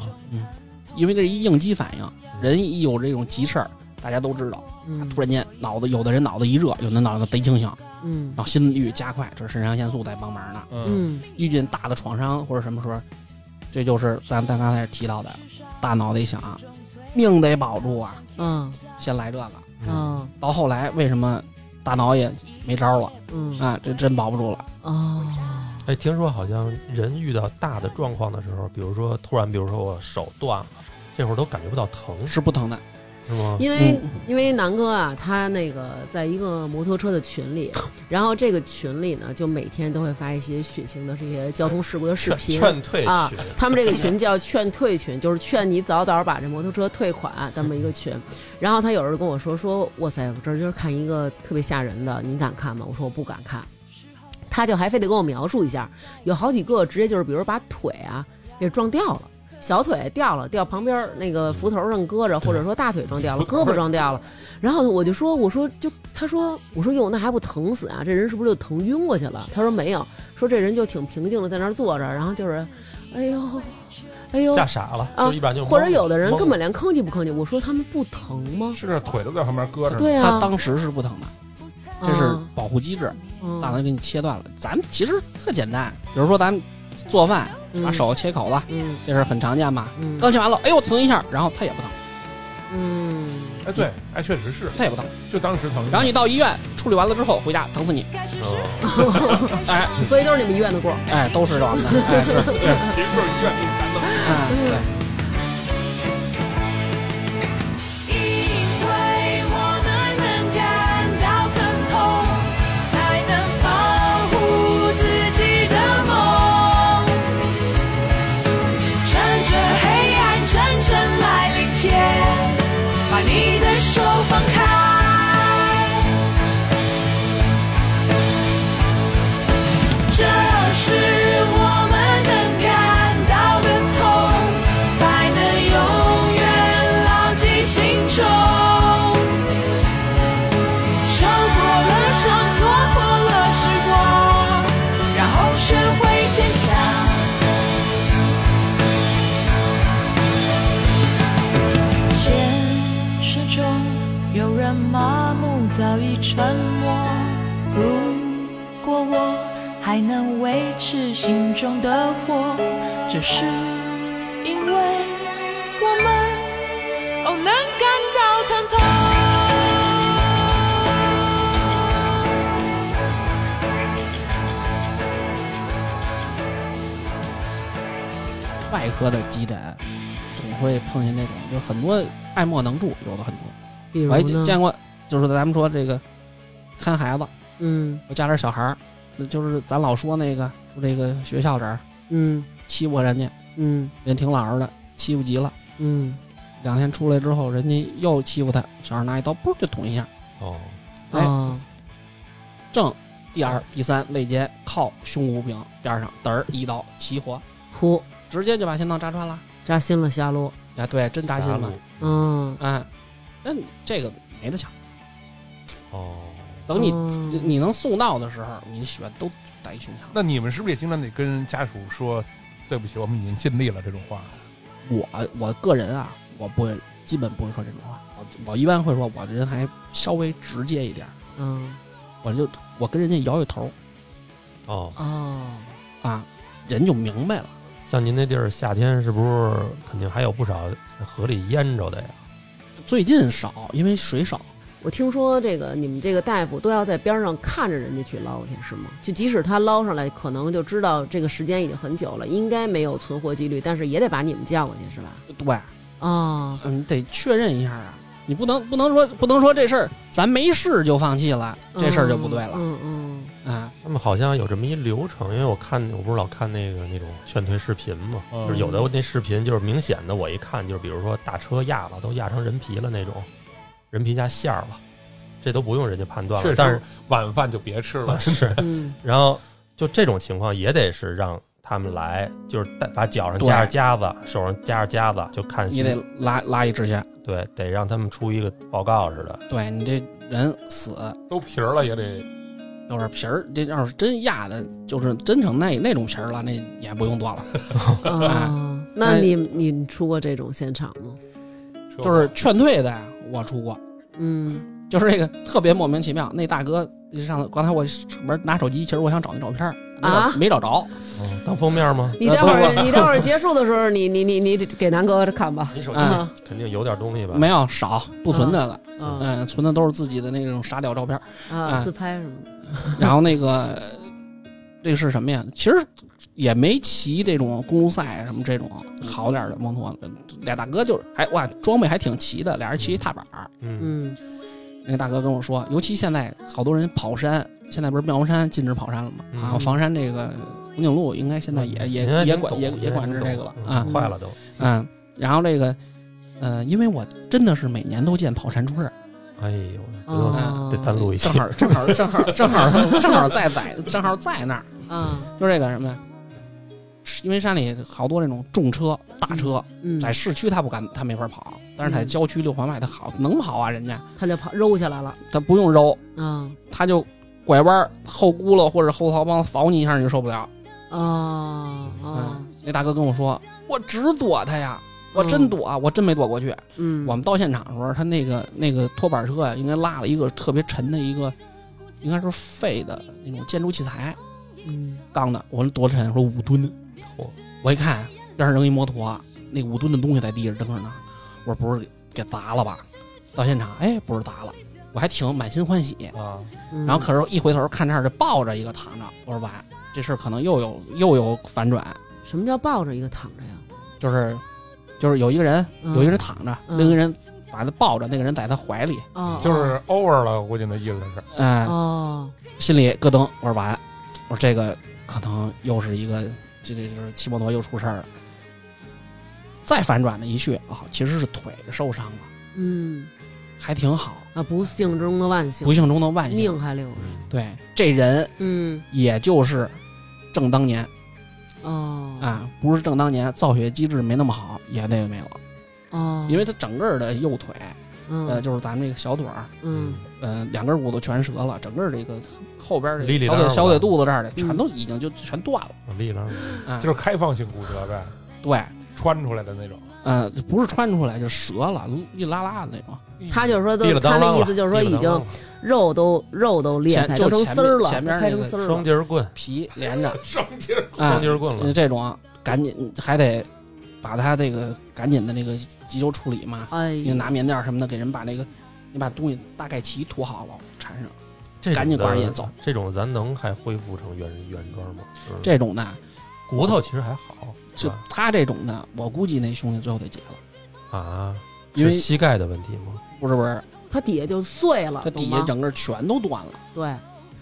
B: 因为这是一应激反应，人一有这种急事儿，大家都知道，
C: 嗯
B: 突然间脑子有的人脑子一热，有的脑子贼清醒，
C: 嗯
B: 然后心率加快，这是肾上腺素在帮忙呢。
A: 嗯
C: 嗯
B: 遇见大的创伤或者什么时候，这就是咱咱刚才提到的，大脑得想，啊命得保住啊，
C: 嗯
B: 先来这个。
D: 嗯，
C: 嗯
B: 到后来为什么大脑也没招了
C: 嗯
B: 啊？这真保不住了。
C: 哦
D: 哎，听说好像人遇到大的状况的时候，比如说突然，比如说我手断了，这会儿都感觉不到疼，
B: 是不疼的，
D: 是吗？
C: 因为、
B: 嗯
C: 因为南哥啊，他那个在一个摩托车的 群里，然后这个群里呢，就每天都会发一些血腥的这些交通事故的视
D: 劝
C: 频。
D: 劝退
C: 啊
D: 群，
C: 他们这个群叫“劝退群”，就是劝你早早把这摩托车退款这么一个群。 然后他有时候跟我说：“说哇塞，我这儿今儿看一个特别吓人的，你敢看吗？”我说：“我不敢看。”他就还非得跟我描述一下，有好几个直接就是，比如把腿啊给撞掉了，小腿掉了，掉旁边儿那个扶头上搁着，或者说大腿撞掉了，胳膊撞掉了。然后我就说，我说就他说，我说哟，那还不疼死啊？这人是不是就疼晕过去了？他说没有，说这人就挺平静的在那儿坐着，然后就是，哎呦，哎呦
D: 吓，傻了，
C: 啊
D: 就一般就懵了
C: 或者有的人根本
D: 懵了
C: 连吭叽不吭叽。我说他们不疼吗？
A: 是那腿都在旁边搁着呢，
C: 嗯对呀、
B: 他
C: 啊，
B: 当时是不疼的，这是保护机制，
C: 嗯
B: 大脑给你切断了。咱们其实特简单，比如说咱们做饭把，手切口子，
C: 嗯
B: 这事儿很常见吧？
C: 嗯
B: 刚切完了，哎呦疼一下，然后他也不疼，
C: 嗯，
A: 哎对，哎确实是，
B: 他也不疼。
A: 就当时疼，
B: 然后你到医院处理完了之后回家疼死你，
D: 嗯
B: 哎
C: 所以都是你们医院的锅。
B: 哎都是这 样的，哎是
A: 其实就
B: 是，
A: 是医院给你干的。
B: 哎
C: 嗯
B: 对。
F: 因为我们能感到疼痛，才能保护自己的梦。趁着黑暗真正来临前，把你的手放开。这是我们能感到的痛，才能永远牢记心中。受过了伤，错过了时光，然后学会坚强。现实中有人麻木，早已沉默。如果我还能维持心中的火，这是因为我们哦能感到疼痛。
B: 外科的急诊总会碰见这种，就是很多爱莫能助，有的很多。
C: 比如
B: 我还
C: 呢？
B: 见过，就是咱们说这个看孩子，
C: 嗯
B: 我家点小孩儿，那就是咱老说那个说这个学校这儿
C: 嗯
B: 欺负人家，
C: 嗯
B: 人挺老实的，欺负急了，
C: 嗯，
B: 两天出来之后，人家又欺负他，小孩拿一刀嘣就捅一下，
D: 哦，
B: 哎
C: 哦，
B: 正第二、第三肋间靠胸骨柄边上，嘚儿一刀齐活，
C: 噗，
B: 直接就把心脏扎穿了。
C: 扎心了，瞎撸。
B: 啊，对，真扎心
D: 打
B: 了
D: 鼓，
C: 嗯，
B: 哎，那你这个没得抢，
D: 哦，
B: 等你
C: 嗯
B: 就你能送到的时候，你的血都在胸腔。
A: 那你们是不是也经常得跟家属说对不起，我们已经尽力了这种话？
B: 我我个人啊，我不会，基本不会说这种话。我我一般会说，我这人还稍微直接一点儿，
C: 嗯
B: 我就我跟人家摇摇头
D: 哦，
C: 哦，
B: 啊，人就明白了。
D: 像您那地儿夏天是不是肯定还有不少在河里淹着的呀？
B: 最近少，因为水少，
C: 我听说这个你们这个大夫都要在边上看着人家去捞去，是吗？就即使他捞上来，可能就知道这个时间已经很久了，应该没有存活几率，但是也得把你们叫过去，是吧？
B: 对，
C: 哦，
B: 嗯，得确认一下啊。你不能不能说不能说这事儿咱没试就放弃了，这事儿就不对了
C: 嗯嗯
B: 啊。
D: 他们好像有这么一流程，因为我看我不是老看那个那种劝退视频嘛，
A: 嗯
D: 就是有的那视频就是明显的，我一看就是比如说大车压了，都压成人皮了那种，人皮加馅儿了，这都不用人家判断
A: 确
D: 了。
A: 实
D: 但是
A: 晚饭就别吃 了，
D: 是，
C: 嗯
D: 然后就这种情况也得是让他们来，就是带把脚上
B: 对
D: 加上夹子，手上加上夹子，就看
B: 你
D: 心
B: 得拉拉一支线，
D: 对，得让他们出一个报告似的。
B: 对你这人死
A: 都皮儿了也得
B: 要是皮儿，这要是真压的，就是真成那那种皮儿了，那也不用做了。
C: 嗯啊，那你你出过这种现场吗？
A: 车
B: 就是劝退的，呀，我出过，
C: 嗯
B: 就是这个特别莫名其妙。那大哥上次刚才我上边拿手机，其实我想找那照片儿，没找、
C: 啊
B: 没找着。
D: 嗯当封面吗？
C: 你待会儿你待会儿结束的时候，你你你你给南哥看吧。
D: 你手机
B: 嗯
C: 啊
D: 肯定有点东西吧？
B: 没有少，不存这个，
C: 啊
B: 嗯，存的都是自己的那种傻屌照片儿。
C: 啊，自拍什么的。
B: 然后那个呃这是什么呀？其实也没骑这种公路赛什么这种好点儿的摩托，俩大哥就是哎哇，装备还挺齐的，俩人骑一踏板儿。
D: 嗯，
C: 嗯
B: 那大哥跟我说，尤其现在好多人跑山，现在不是妙峰山禁止跑山了吗？
D: 嗯
B: 啊，房山这个红景路应该现在也
D: 您还
B: 也
D: 真
B: 也管
D: 懂
B: 也
D: 您
B: 也
D: 还
B: 管
D: 真
B: 制
D: 懂
B: 这个了
D: 嗯
B: 啊，
D: 坏了都。
B: 嗯，然后这个呃，因为我真的是每年都见跑山出事儿。
D: 哎呦，
C: 哦
D: 得单录一期
B: 正。好正好正好正好 正好在在正好在那儿，
C: 啊
B: 就这个什么呀？因为山里好多这种重车、大车，
C: 嗯，
B: 在市区他不敢，他没法跑，但是
D: 嗯
B: 在郊区六环外他好能跑啊，人家
C: 他就跑揉下来了。
B: 他不用揉，
C: 啊
B: 他就拐弯儿后轱辘或者后槽帮扫你一下你就受不了。
C: 哦哦
B: 嗯，，那大哥跟我说，我只躲他呀，我真躲啊，我真没躲过去。
C: 哦嗯，
B: 我们到现场的时候，他那个那个拖板车啊，应该拉了一个特别沉的一个，应该是废的那种建筑器材，
C: 嗯
B: 杠的，我说多沉，说五吨。
D: 嚯
B: 我一看边上扔一摩托，那五吨的东西在地上扔着呢，我说不是给砸了吧？到现场，哎，不是砸了，我还挺满心欢喜。
A: 啊，
C: 嗯，
B: 然后可是一回头看这儿，这抱着一个躺着，我说完，这事儿可能又有又有反转，
C: 什么叫抱着一个躺着呀？
B: 就是就是有一个人
C: 嗯
B: 有一个人躺着，
C: 嗯
B: 另一个人把他抱着，那个人在他怀里，
C: 哦，
A: 就是 over 了，我估计那意思是
B: 嗯、
C: 哦，
B: 心里咯噔，我说完，我说这个可能又是一个，这这就是骑摩托又出事儿了。再反转了一去啊，其实是腿受伤了，
C: 嗯
B: 还挺好，
C: 啊，不幸中的万幸
B: 不，幸中的万幸。
C: 命还留着。
B: 对，这人
C: 嗯
B: 也就是正当年
C: 哦
B: 啊，不是正当年，造血机制没那么好，也那个没了，
C: 哦，
B: 因为他整个的右腿，呃，
C: 嗯
B: 就是咱们这个小腿儿，
C: 嗯
B: 呃，两根骨头全折了，整个这个后边这
D: 里里
B: 个小
D: 当
B: 腿
D: 当
B: 小腿
D: 吧
B: 肚子这儿的全
C: 嗯
B: 都已经就全断了。
D: 我力量
B: 啊，
A: 就是开放性骨折呗，
B: 对，
A: 穿出来的那种。
B: 呃，不是穿出来就折了，一拉拉的那种，
C: 他就是说都
D: 立了，
C: 他
D: 当啷
C: 的
D: 了
C: 意思就是说已经肉都肉都裂开，
B: 前就
C: 都成
B: 前
C: 丝儿了，
B: 前
C: 都
B: 面
C: 开
B: 那
C: 成
B: 个
C: 丝儿
D: 双
C: 了。
D: 节棍，
B: 皮连 着
A: 上劲儿
B: 啊
D: 双，节棍了。
B: 这种赶紧还得把他这个赶紧的这个急救处理嘛，
C: 哎
B: 你
C: 呀，
B: 拿棉垫儿什么的给人把那个，你把东西大概齐涂好了缠上，
D: 这
B: 赶紧挂上眼走。
D: 这种咱能还恢复成原原装吗？就是
B: 这种的
D: 骨头其实还好，是
B: 就
D: 吧？
B: 他这种的，我估计那兄弟最后得结了，
D: 啊，
B: 因为
D: 是膝盖的问题吗？
B: 不是不是，
C: 它底下就碎了，
B: 他底
C: 懂
B: 下
C: 吗
B: 整个全都断了，
C: 对，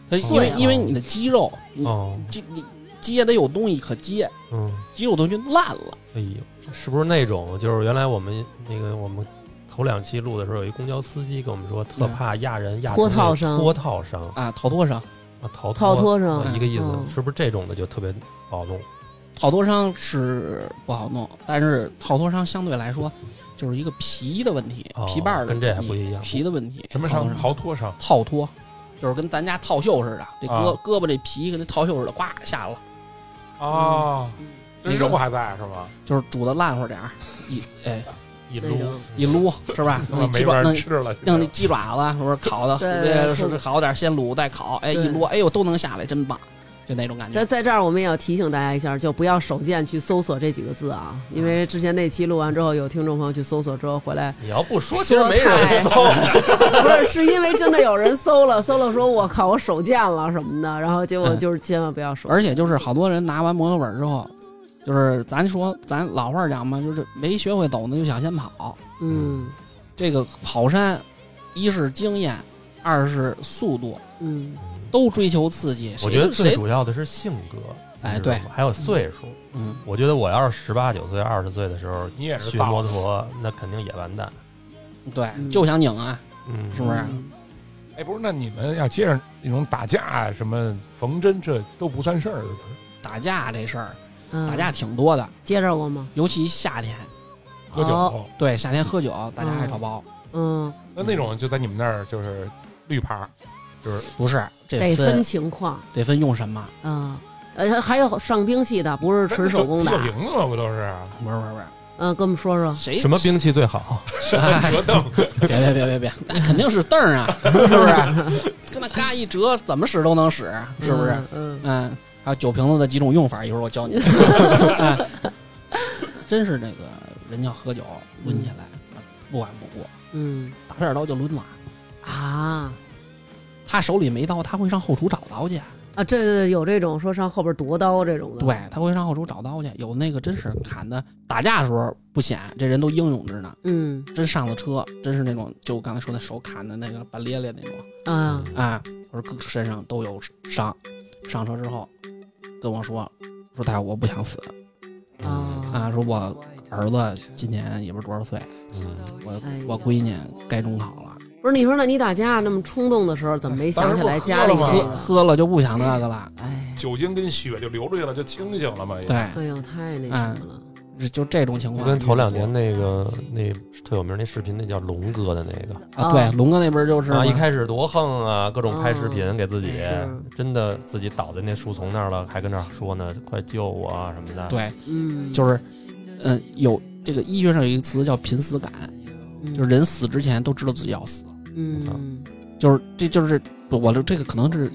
D: 它
B: 因为
C: 碎了
B: 因为你的肌肉，你
D: 哦，
B: 肌你接得有东西可接，
D: 嗯，
B: 肌肉都就烂了，
D: 哎呦，是不是那种就是原来我们那个我们头两期录的时候，有一公交司机跟我们说，特怕压人压
C: 脱套伤
D: 脱套伤啊，
B: 啊，头脱伤。
D: 逃
C: 套脱伤
D: 啊一个意思
C: 嗯，
D: 是不是这种的就特别不好弄？
B: 套脱伤是不好弄，但是套脱伤相对来说就是一个皮的问题，
D: 哦
B: 皮瓣儿的
D: 跟这还不一样
B: 皮的问题。
A: 什么
B: 套
A: 伤？
B: 脱
A: 逃脱伤。
B: 套脱，就是跟咱家套袖似的，这胳、
A: 啊
B: 胳膊这皮跟那套袖似的，呱下了，
A: 哦，这
B: 那个
A: 肉还在是吗？
B: 就是煮的烂乎点儿，一哎
D: 一
C: 那种
D: 撸
B: 一撸是吧？
A: 他妈
B: 弄那
A: 没
B: 鸡爪
A: 法
B: 弄
A: 吃了。
B: 弄那鸡爪子，是不是烤的
C: 对对
B: 是是好点儿，先卤再烤，哎
C: 对
B: 一撸，哎呦都能下来，真棒，就那种感
C: 在
B: 觉。
C: 在这儿，我们也要提醒大家一下，就不要手贱去搜索这几个字啊，因为之前那期录完之后，有听众朋友去搜索之后回来，
D: 你要不
C: 说
D: 说，其实没人搜。
C: 不是是因为真的有人搜了，搜了说我靠，我手贱了什么的，然后结果就是千万不要说，
B: 嗯而且就是好多人拿完摩托本之后，就是咱说咱老话儿讲嘛，就是没学会走呢，就想先跑。
C: 嗯，
B: 这个跑山，一是经验，二是速度，
C: 嗯，
B: 都追求刺激。
D: 我
B: 谁
D: 觉得最
B: 谁
D: 主要的是性格，
B: 哎
D: 你知道
B: 对
D: 吗还有岁数。
B: 嗯，
D: 我觉得我要是十八九岁、二十岁的时候
A: 你也是
D: 学
A: 造
D: 摩托，那肯定也完蛋。
B: 对
C: 嗯，
B: 就想拧啊，
D: 嗯，
B: 是不是？
A: 哎，不是，那你们要接着那种打架啊什么缝针，这都不算事儿，是不是
B: 打架这事儿，
C: 嗯
B: 打架挺多的，
C: 接着过吗？
B: 尤其夏天。
A: 喝酒、
C: 哦
B: 对，夏天喝酒，大家爱找包。
C: 嗯，
A: 那那种就在你们那儿就是绿牌，就是
B: 不是，这
C: 得
B: 分
C: 分情况，
B: 得分用什么？
C: 嗯，呃，还有上兵器的，不是纯手工
A: 啤酒
C: 打，
A: 瓶子嘛，不都是啊
B: 不是不是不是，
C: 嗯，跟我们说说，
B: 谁
D: 什么兵器最好？
B: 哎
A: 折凳？
B: 别别别别别，那肯定是凳儿啊，是不是？ 跟那嘎一折，怎么使都能使，是不是？
C: 嗯？嗯，
B: 嗯，还有酒瓶子的几种用法，一会儿我教你。 哎真是那个人要喝酒抡起来，不管不顾，
C: 嗯
B: 大片刀就抡了。
C: 啊
B: 他手里没刀，他会上后厨找刀去。
C: 啊，这这有这种说上后边夺刀这种的，
B: 对，，他会上后厨找刀去。有那个真是砍的，打架的时候不显，这人都英勇着呢。
C: 嗯
B: 真上了车，真是那种就我刚才说那手砍的那个半咧咧那种。
C: 啊，
B: 啊，我说哥身上都有伤，上车之后跟我说，说大夫我不想死
C: 啊，
B: 啊，说我儿子今年也不是多少岁，我
C: 哎呀
B: 我闺女该中考了，
C: 不是你说，那你打架那么冲动的时候，怎么没想起来家里
A: 当时
C: 这
A: 不
B: 喝
C: 个？
B: 喝了就不想那个了，
C: 哎，
A: 酒精跟血就流出去了，就清醒了嘛。也，
B: 对，
C: 哎呦，太那什
B: 嗯
C: 么了，
B: 是就这种情
D: 就
B: 况。
D: 跟头两年那个那特有名那视频，那叫龙哥的那个
C: 哦
B: 啊，对，龙哥那边就是嗯
D: 啊，
B: 嘛
D: 一开始多横啊，各种拍视
C: 哦
D: 频给自己
C: 是，
D: 真的自己倒在那树丛那儿了，还跟那儿说呢，快救我啊什么的。，
B: 对，
C: 嗯，
B: 就是嗯、有这个医学上有一个词叫濒死感，
C: 嗯
B: 就是，人死之前都知道自己要死，
C: 嗯
B: 就是这就是我的这个可能是。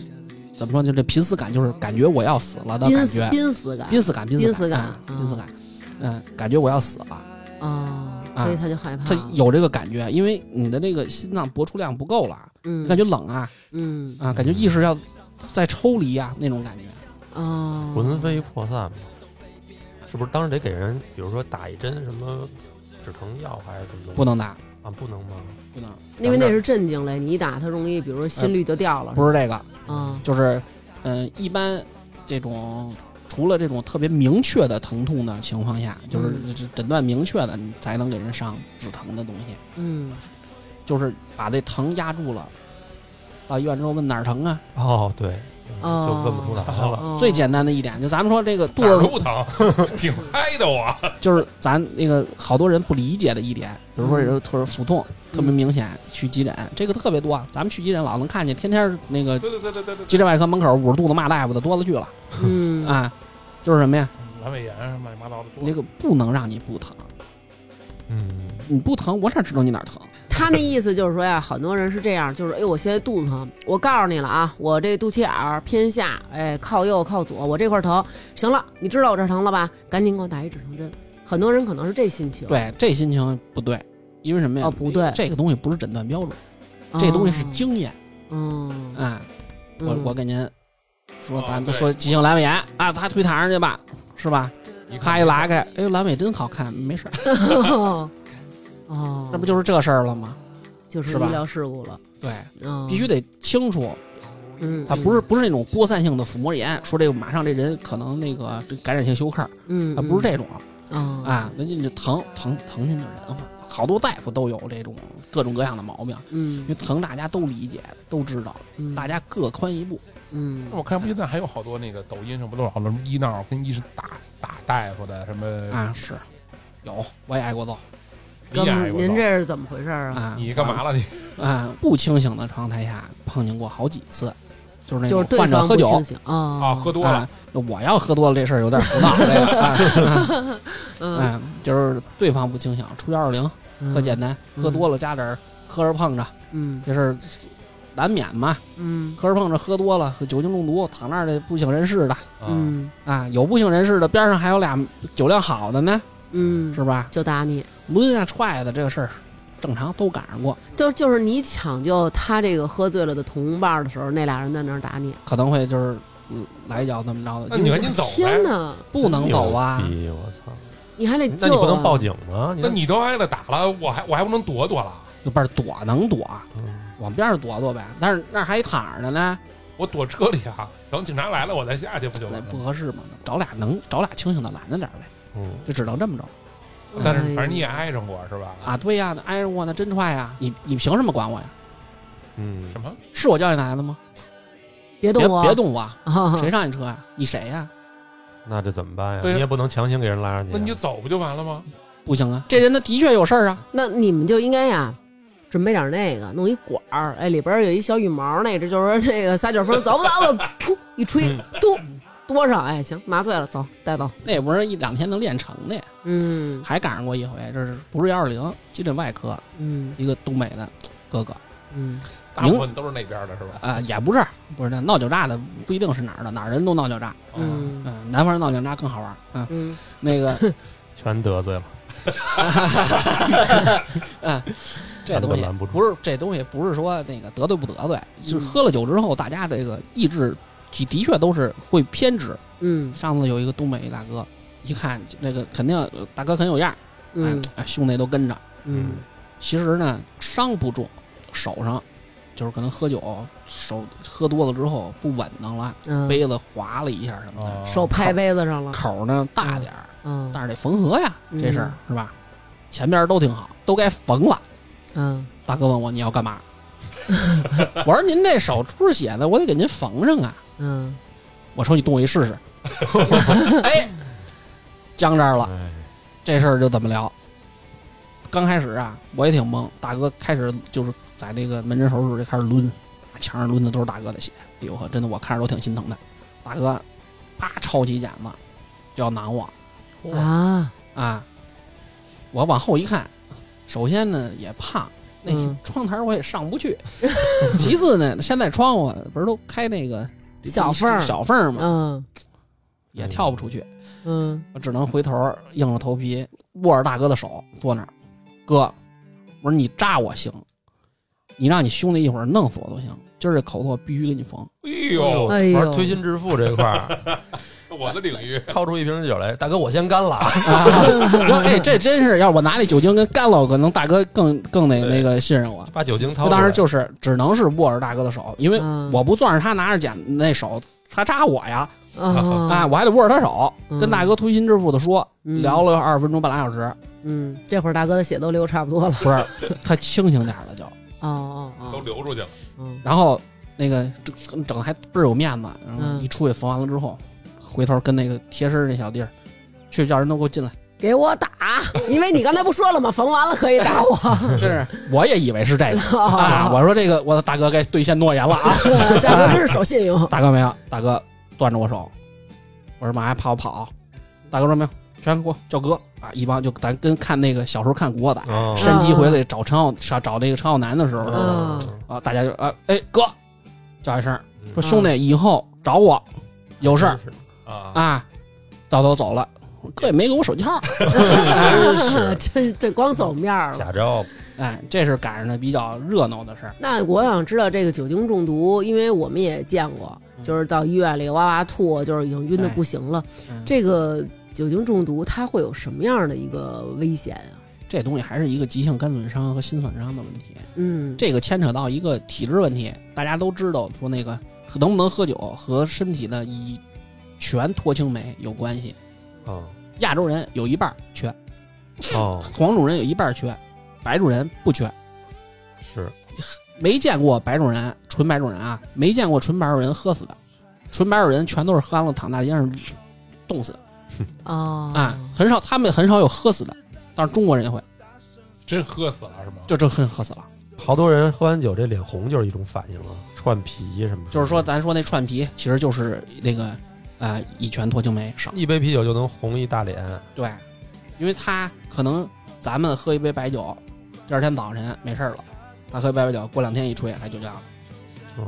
B: 怎么说呢？就这濒死感，就是感觉我要死了的嗯
C: 濒
B: 感
C: 死
B: 觉，
C: 濒死感，
B: 濒死感，濒
C: 啊死感
B: 嗯
C: 啊
B: 濒死感，嗯，感觉我要死了，
C: 啊，
B: 啊
C: 所以他就害怕，
B: 他有这个感觉，因为你的这个心脏搏出量不够了，
C: 嗯，
B: 感觉冷啊
C: 嗯
B: 啊，感觉意识要再抽离啊那种感觉，
C: 哦，
D: 魂飞魄散嘛，是不是？当时得给人，比如说打一针什么止疼药还是什么东西？
B: 不能打，
D: 啊，不能吗？
B: 不能，
C: 因为那是镇静类，你一打他容易，比如说心率就掉了，
B: 呃不是这个，
C: 啊，
B: 就是嗯，一般这种。除了这种特别明确的疼痛的情况下，就是
C: 嗯
B: 这诊断明确的，你才能给人上止疼的东西。
C: 嗯，
B: 就是把这疼压住了，到医院之后问哪儿疼啊？
D: 哦，对，嗯就
C: 哦
D: 问不出来了。
C: 哦
B: 最简单的一点，就咱们说这个肚
A: 哪儿
B: 子
A: 都不疼，挺嗨的我。
B: 就是咱那个好多人不理解的一点，比如说
C: 嗯
B: 有或者腹痛特别明显，去急诊这个特别多，啊咱们去急诊老能看见，天天那个
A: 对对对对对对
B: 急
A: 对，
B: 诊外科门口捂着肚子骂大夫的多了去了
C: 嗯
B: 啊，就是什么呀？
A: 阑尾炎什么乱七八糟的
B: 那
A: 多。
B: 个不能让你不疼，
D: 嗯，
B: 你不疼我哪知道你哪儿疼？
C: 他那意思就是说呀，很多人是这样，就是哎，我现在肚子疼，我告诉你了啊，我这肚脐眼儿偏下，哎，靠右靠左，我这块儿疼，行了，你知道我这儿疼了吧？赶紧给我打一止疼针。很多人可能是这心情，，
B: 对，这心情不对，因为什么呀？
C: 哦不对哦
B: 这个东西不是诊断标准，这东西是，经验
C: 嗯，
B: 啊。我
C: 嗯
B: 我给您说
A: 哦，
B: 咱们
A: 对
B: 说急性阑尾炎啊，他推堂上去吧，是吧？
A: 你看
B: 咔一拉开，哎呦，阑尾真好看，没事儿，
C: 哦，哦
B: 那不就是这事儿了吗？
C: 就是
B: 是吧
C: 医疗事故了，
B: 对，
C: 嗯，
B: 必须，得清楚，
C: 嗯，
B: 它不是不是那种播散性的腹膜炎，说这个马上这人可能那个感染性休克，
C: 嗯，嗯，
B: 它不是这种
C: 这啊，
B: 啊，人家你就疼疼疼进去人嘛，好多大夫都有这种各种各样的毛病，
C: 嗯
B: 因为，疼大家都理解都知道，
C: 嗯
B: 大，家各宽一步，
C: 嗯，
A: 我看现在还有好多那个抖音上不都老什么医闹跟医生打打大夫的什么？
B: 啊是，有我也挨过揍
A: 你
C: 哥
A: 也
C: 们
A: 挨
C: 儿，
A: 过
C: 您
A: 揍
C: 这是怎么回事儿啊？
B: 啊，
A: 你干嘛了你？
B: 啊？不清醒的状态下碰见过好几次，就是那
C: 就
B: 种
C: 是对
B: 哎患者
C: 方
B: 喝
C: 不
B: 酒
C: 清。醒啊
A: 啊，喝多了
B: 啊，我要喝多了这事儿有点胡闹，这个，啊
C: 嗯，
B: 嗯，就是对方不清醒，出幺二零，特简单，
C: 嗯
B: 喝多了加点儿磕着碰着，
C: 嗯
B: 这事儿难免嘛。
C: 嗯
B: 磕着碰着，喝多了，喝酒精中毒，躺那儿的不省人事的
D: 嗯，
C: 嗯
B: 啊，有不省人事的，边上还有俩酒量好的呢，
C: 嗯，
B: 是吧？
C: 就打你，
B: 抡啊踹的这个事儿，正常都赶上过，
C: 就就是你抢救他这个喝醉了的同伴儿的时候，那俩人在那儿打你。
B: 可能会就是嗯来一脚怎么着
A: 那
B: 的，
A: 你赶紧走
C: 天
A: 呗。
C: 哪，
B: 不能走啊
D: 牛。逼我操！
C: 你还得救、啊，
D: 那你不能报警吗？
A: 那你都挨了打了，我还我还不能躲躲了？
B: 那边躲能躲，
D: 嗯
B: 往边上躲躲呗。但是那儿还躺着呢呢，
A: 我躲车里啊，等警察来了我再下去不就完
B: 那
A: 了？
B: 不合适嘛。找俩能找俩清醒的拦着点儿呗，
D: 嗯，
B: 就只能这么着
A: 但
C: 哎
A: 是反正你也挨着过是吧？
B: 啊。对呀，那挨着我呢，真踹呀！你你凭什么管我呀？
D: 嗯
A: 什么？
B: 是我叫你来的吗？别
C: 别动我，
B: 别 动我，
C: 啊！
B: 谁上你车呀？你谁呀？
D: 那这怎么办呀？
A: 对呀
D: 你也不能强行给人拉上去呀。啊
A: 那你就走不就完了吗？
B: 不行
C: 嗯
B: 啊，这人他的确有事儿啊。
C: 那你们就应该呀，准备点那个，弄一管儿，哎，里边儿有一小羽毛，那这就是那个撒酒疯，走不走吧？噗一吹，嘟多少？哎，行，麻醉了，走，带走。
B: 那也不是一两天能练成的呀。
C: 嗯
B: 还赶上过一回，这是不是幺二零急诊外科
C: 嗯
B: 一个东北的哥哥
C: 嗯，
A: 大部分都是那边的是吧？
B: 啊、也不是不是那闹酒炸的不一定是哪儿的，哪儿人都闹酒炸。
A: 嗯，
B: 嗯、南方人闹酒炸更好玩。嗯、
C: 嗯
B: 那 个
D: 全得罪了，
B: 嗯这东西
D: 拦不住
B: 不是这东西不是说那个得罪不得罪，
C: 嗯
B: 就是喝了酒之后，大家这个意志的的确都是会偏执。
C: 嗯
B: 上次有一个东北一大哥，一看那个肯定呃大哥很有样儿，
C: 嗯
B: 哎哎兄弟都跟着。
C: 嗯
B: 其实呢，伤不重，手上就是可能喝酒，手喝多了之后不稳当了，
C: 嗯，
B: 杯子划了一下什么的，
A: 哦
C: 手拍杯子上了，
B: 口呢大点儿，
C: 嗯
B: 但是得缝合呀，
C: 嗯
B: 这事儿是吧？前边都挺好，都该缝了。
C: 嗯
B: 大哥问我你要干嘛？ 我说您这手出血呢，我得给您缝上啊。
C: 嗯
B: 我说你动我一试试，哎，僵这儿了。
D: 哎，
B: 这事儿就怎么聊？刚开始啊，我也挺懵。大哥开始就是在那个门诊手术室就开始抡，墙上抡的都是大哥的血。哎呦呵，真的我看着都挺心疼的。大哥，啪抄起剪子就要囊我
C: 啊，
B: 啊！我往后一看，首先呢也胖，那
C: 嗯
B: 窗台我也上不去。其次呢，现在窗户不是都开那个
C: 小缝儿
B: 小缝儿嘛，
C: 嗯
B: 也跳不出去。
C: 嗯
B: 我只能回头硬着头皮握着大哥的手坐那儿，哥，我说你扎我行，你让你兄弟一会儿弄死我都行，今儿这口子我必须给你缝。
A: 哎呦，
C: 哎呦
D: 玩推心置腹这块儿，
A: 我的领域，
D: 掏出一瓶酒来，大哥，我先干了啊。
B: 啊、然后哎，这真是要是我拿那酒精跟干了，我可能大哥更更那那个信任我。
D: 把酒精掏
B: 我
D: 出来。
B: 当时就是只能是握着大哥的手，因为
C: 嗯
B: 我不攥着他拿着剪那手，他扎我呀，啊，
C: 啊，
B: 我还得握着他手，
C: 嗯
B: 跟大哥推心置腹的说，
C: 嗯
B: 聊了二十分钟半拉小 时，
C: 嗯，这会儿大哥的血都流差不多了，
B: 不是他清醒点儿了就。
C: 哦哦
A: 都
C: 哦，
A: 流出去了。
C: 嗯
B: 然后那个整整的还倍儿有面子，然后
C: 嗯
B: 一出去缝完了之后，回头跟那个贴身儿那小弟儿，去叫人都给我进来，
C: 给我打，因为你刚才不说了吗？缝完了可以打我。
B: 是我也以为是这个啊，
C: 啊
B: 我说这个我的大哥该兑现诺言了啊，
C: 大哥真是守信用。
B: 大哥没有，大哥攥着我手，我说妈呀，怕我跑？大哥说没有，全给我叫哥啊，一帮就咱跟看那个小时候看古惑仔。
D: 哦
C: 是
B: 山鸡回来找陈浩找找那个陈浩南的时候
D: 嗯
C: 嗯
B: 啊，大家就啊哎哥叫一声，说
D: 嗯
B: 兄弟以后找我有事儿
D: 真是
A: 啊，
B: 啊，到头走了，哥也没给我手机号。
C: 真这光走面儿了。
D: 假招
B: 哎，这是赶上的比较热闹的事儿。
C: 那我想知道这个酒精中毒，因为我们也见过，就是到医院里哇哇吐，就是已经晕的不行了。
B: 嗯
C: 这个酒精中毒它会有什么样的一个危险啊？
B: 这东西还是一个急性肝损伤和心损伤的问题，
C: 嗯，
B: 这个牵扯到一个体质问题。大家都知道说那个能不能喝酒和身体的乙醛脱氢酶有关系。
D: 啊
B: 亚洲人有一半儿缺，
D: 哦
B: 黄种人有一半儿缺，白种人不缺。
D: 是
B: 没见过白种人，纯白种人啊，没见过纯白种人喝死的，纯白种人全都是喝完了躺大街上冻死的。
C: 哦
B: 啊，很少，他们很少有喝死的，但是中国人也会，
A: 真喝死了是吗？
B: 就这很喝死了。
D: 好多人喝完酒这脸红就是一种反应啊，串皮什么的，
B: 就是说，咱说那串皮其实就是那个呃乙醛脱氢酶少，
D: 一杯啤酒就能红一大脸，
B: 对，因为他可能咱们喝一杯白酒，第二天早晨没事儿了，他喝一杯白酒，过两天一吹还酒驾了。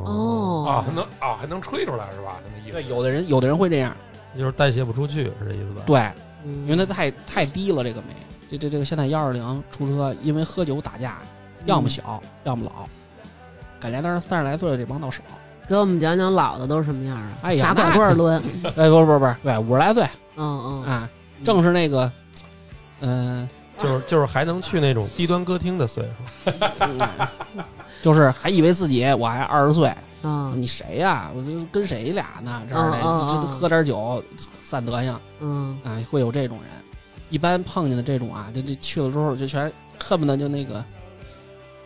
C: 哦
A: 啊，还能啊，还能吹出来是吧？那意思
B: 对，有的人有的人会这样，
D: 嗯就是代谢不出去是这意思吧？
B: 对，
C: 嗯
B: 因为它太太低了这个酶。这这这个现在幺二零出车，因为喝酒打架，要么小，要么老，感觉当时三十来岁的这帮倒少。
C: 给我们讲讲老的都是什么样啊？
B: 哎呀
C: 打拐棍 儿抡，嗯
B: 哎，不是不是不是，对，五十来岁
C: 嗯
B: 啊，正是那个，嗯、
D: 就是就是还能去那种低端歌厅的岁数，
B: 就是还以为自己我还二十岁，
C: 啊，
B: 你谁呀？我这跟谁俩呢？这样的，
C: 嗯嗯
B: 这这
C: 嗯
B: 喝点酒散德行
C: 嗯
B: 啊，会有这种人。一般碰见的这种啊，就这去了之后就全恨不得就那个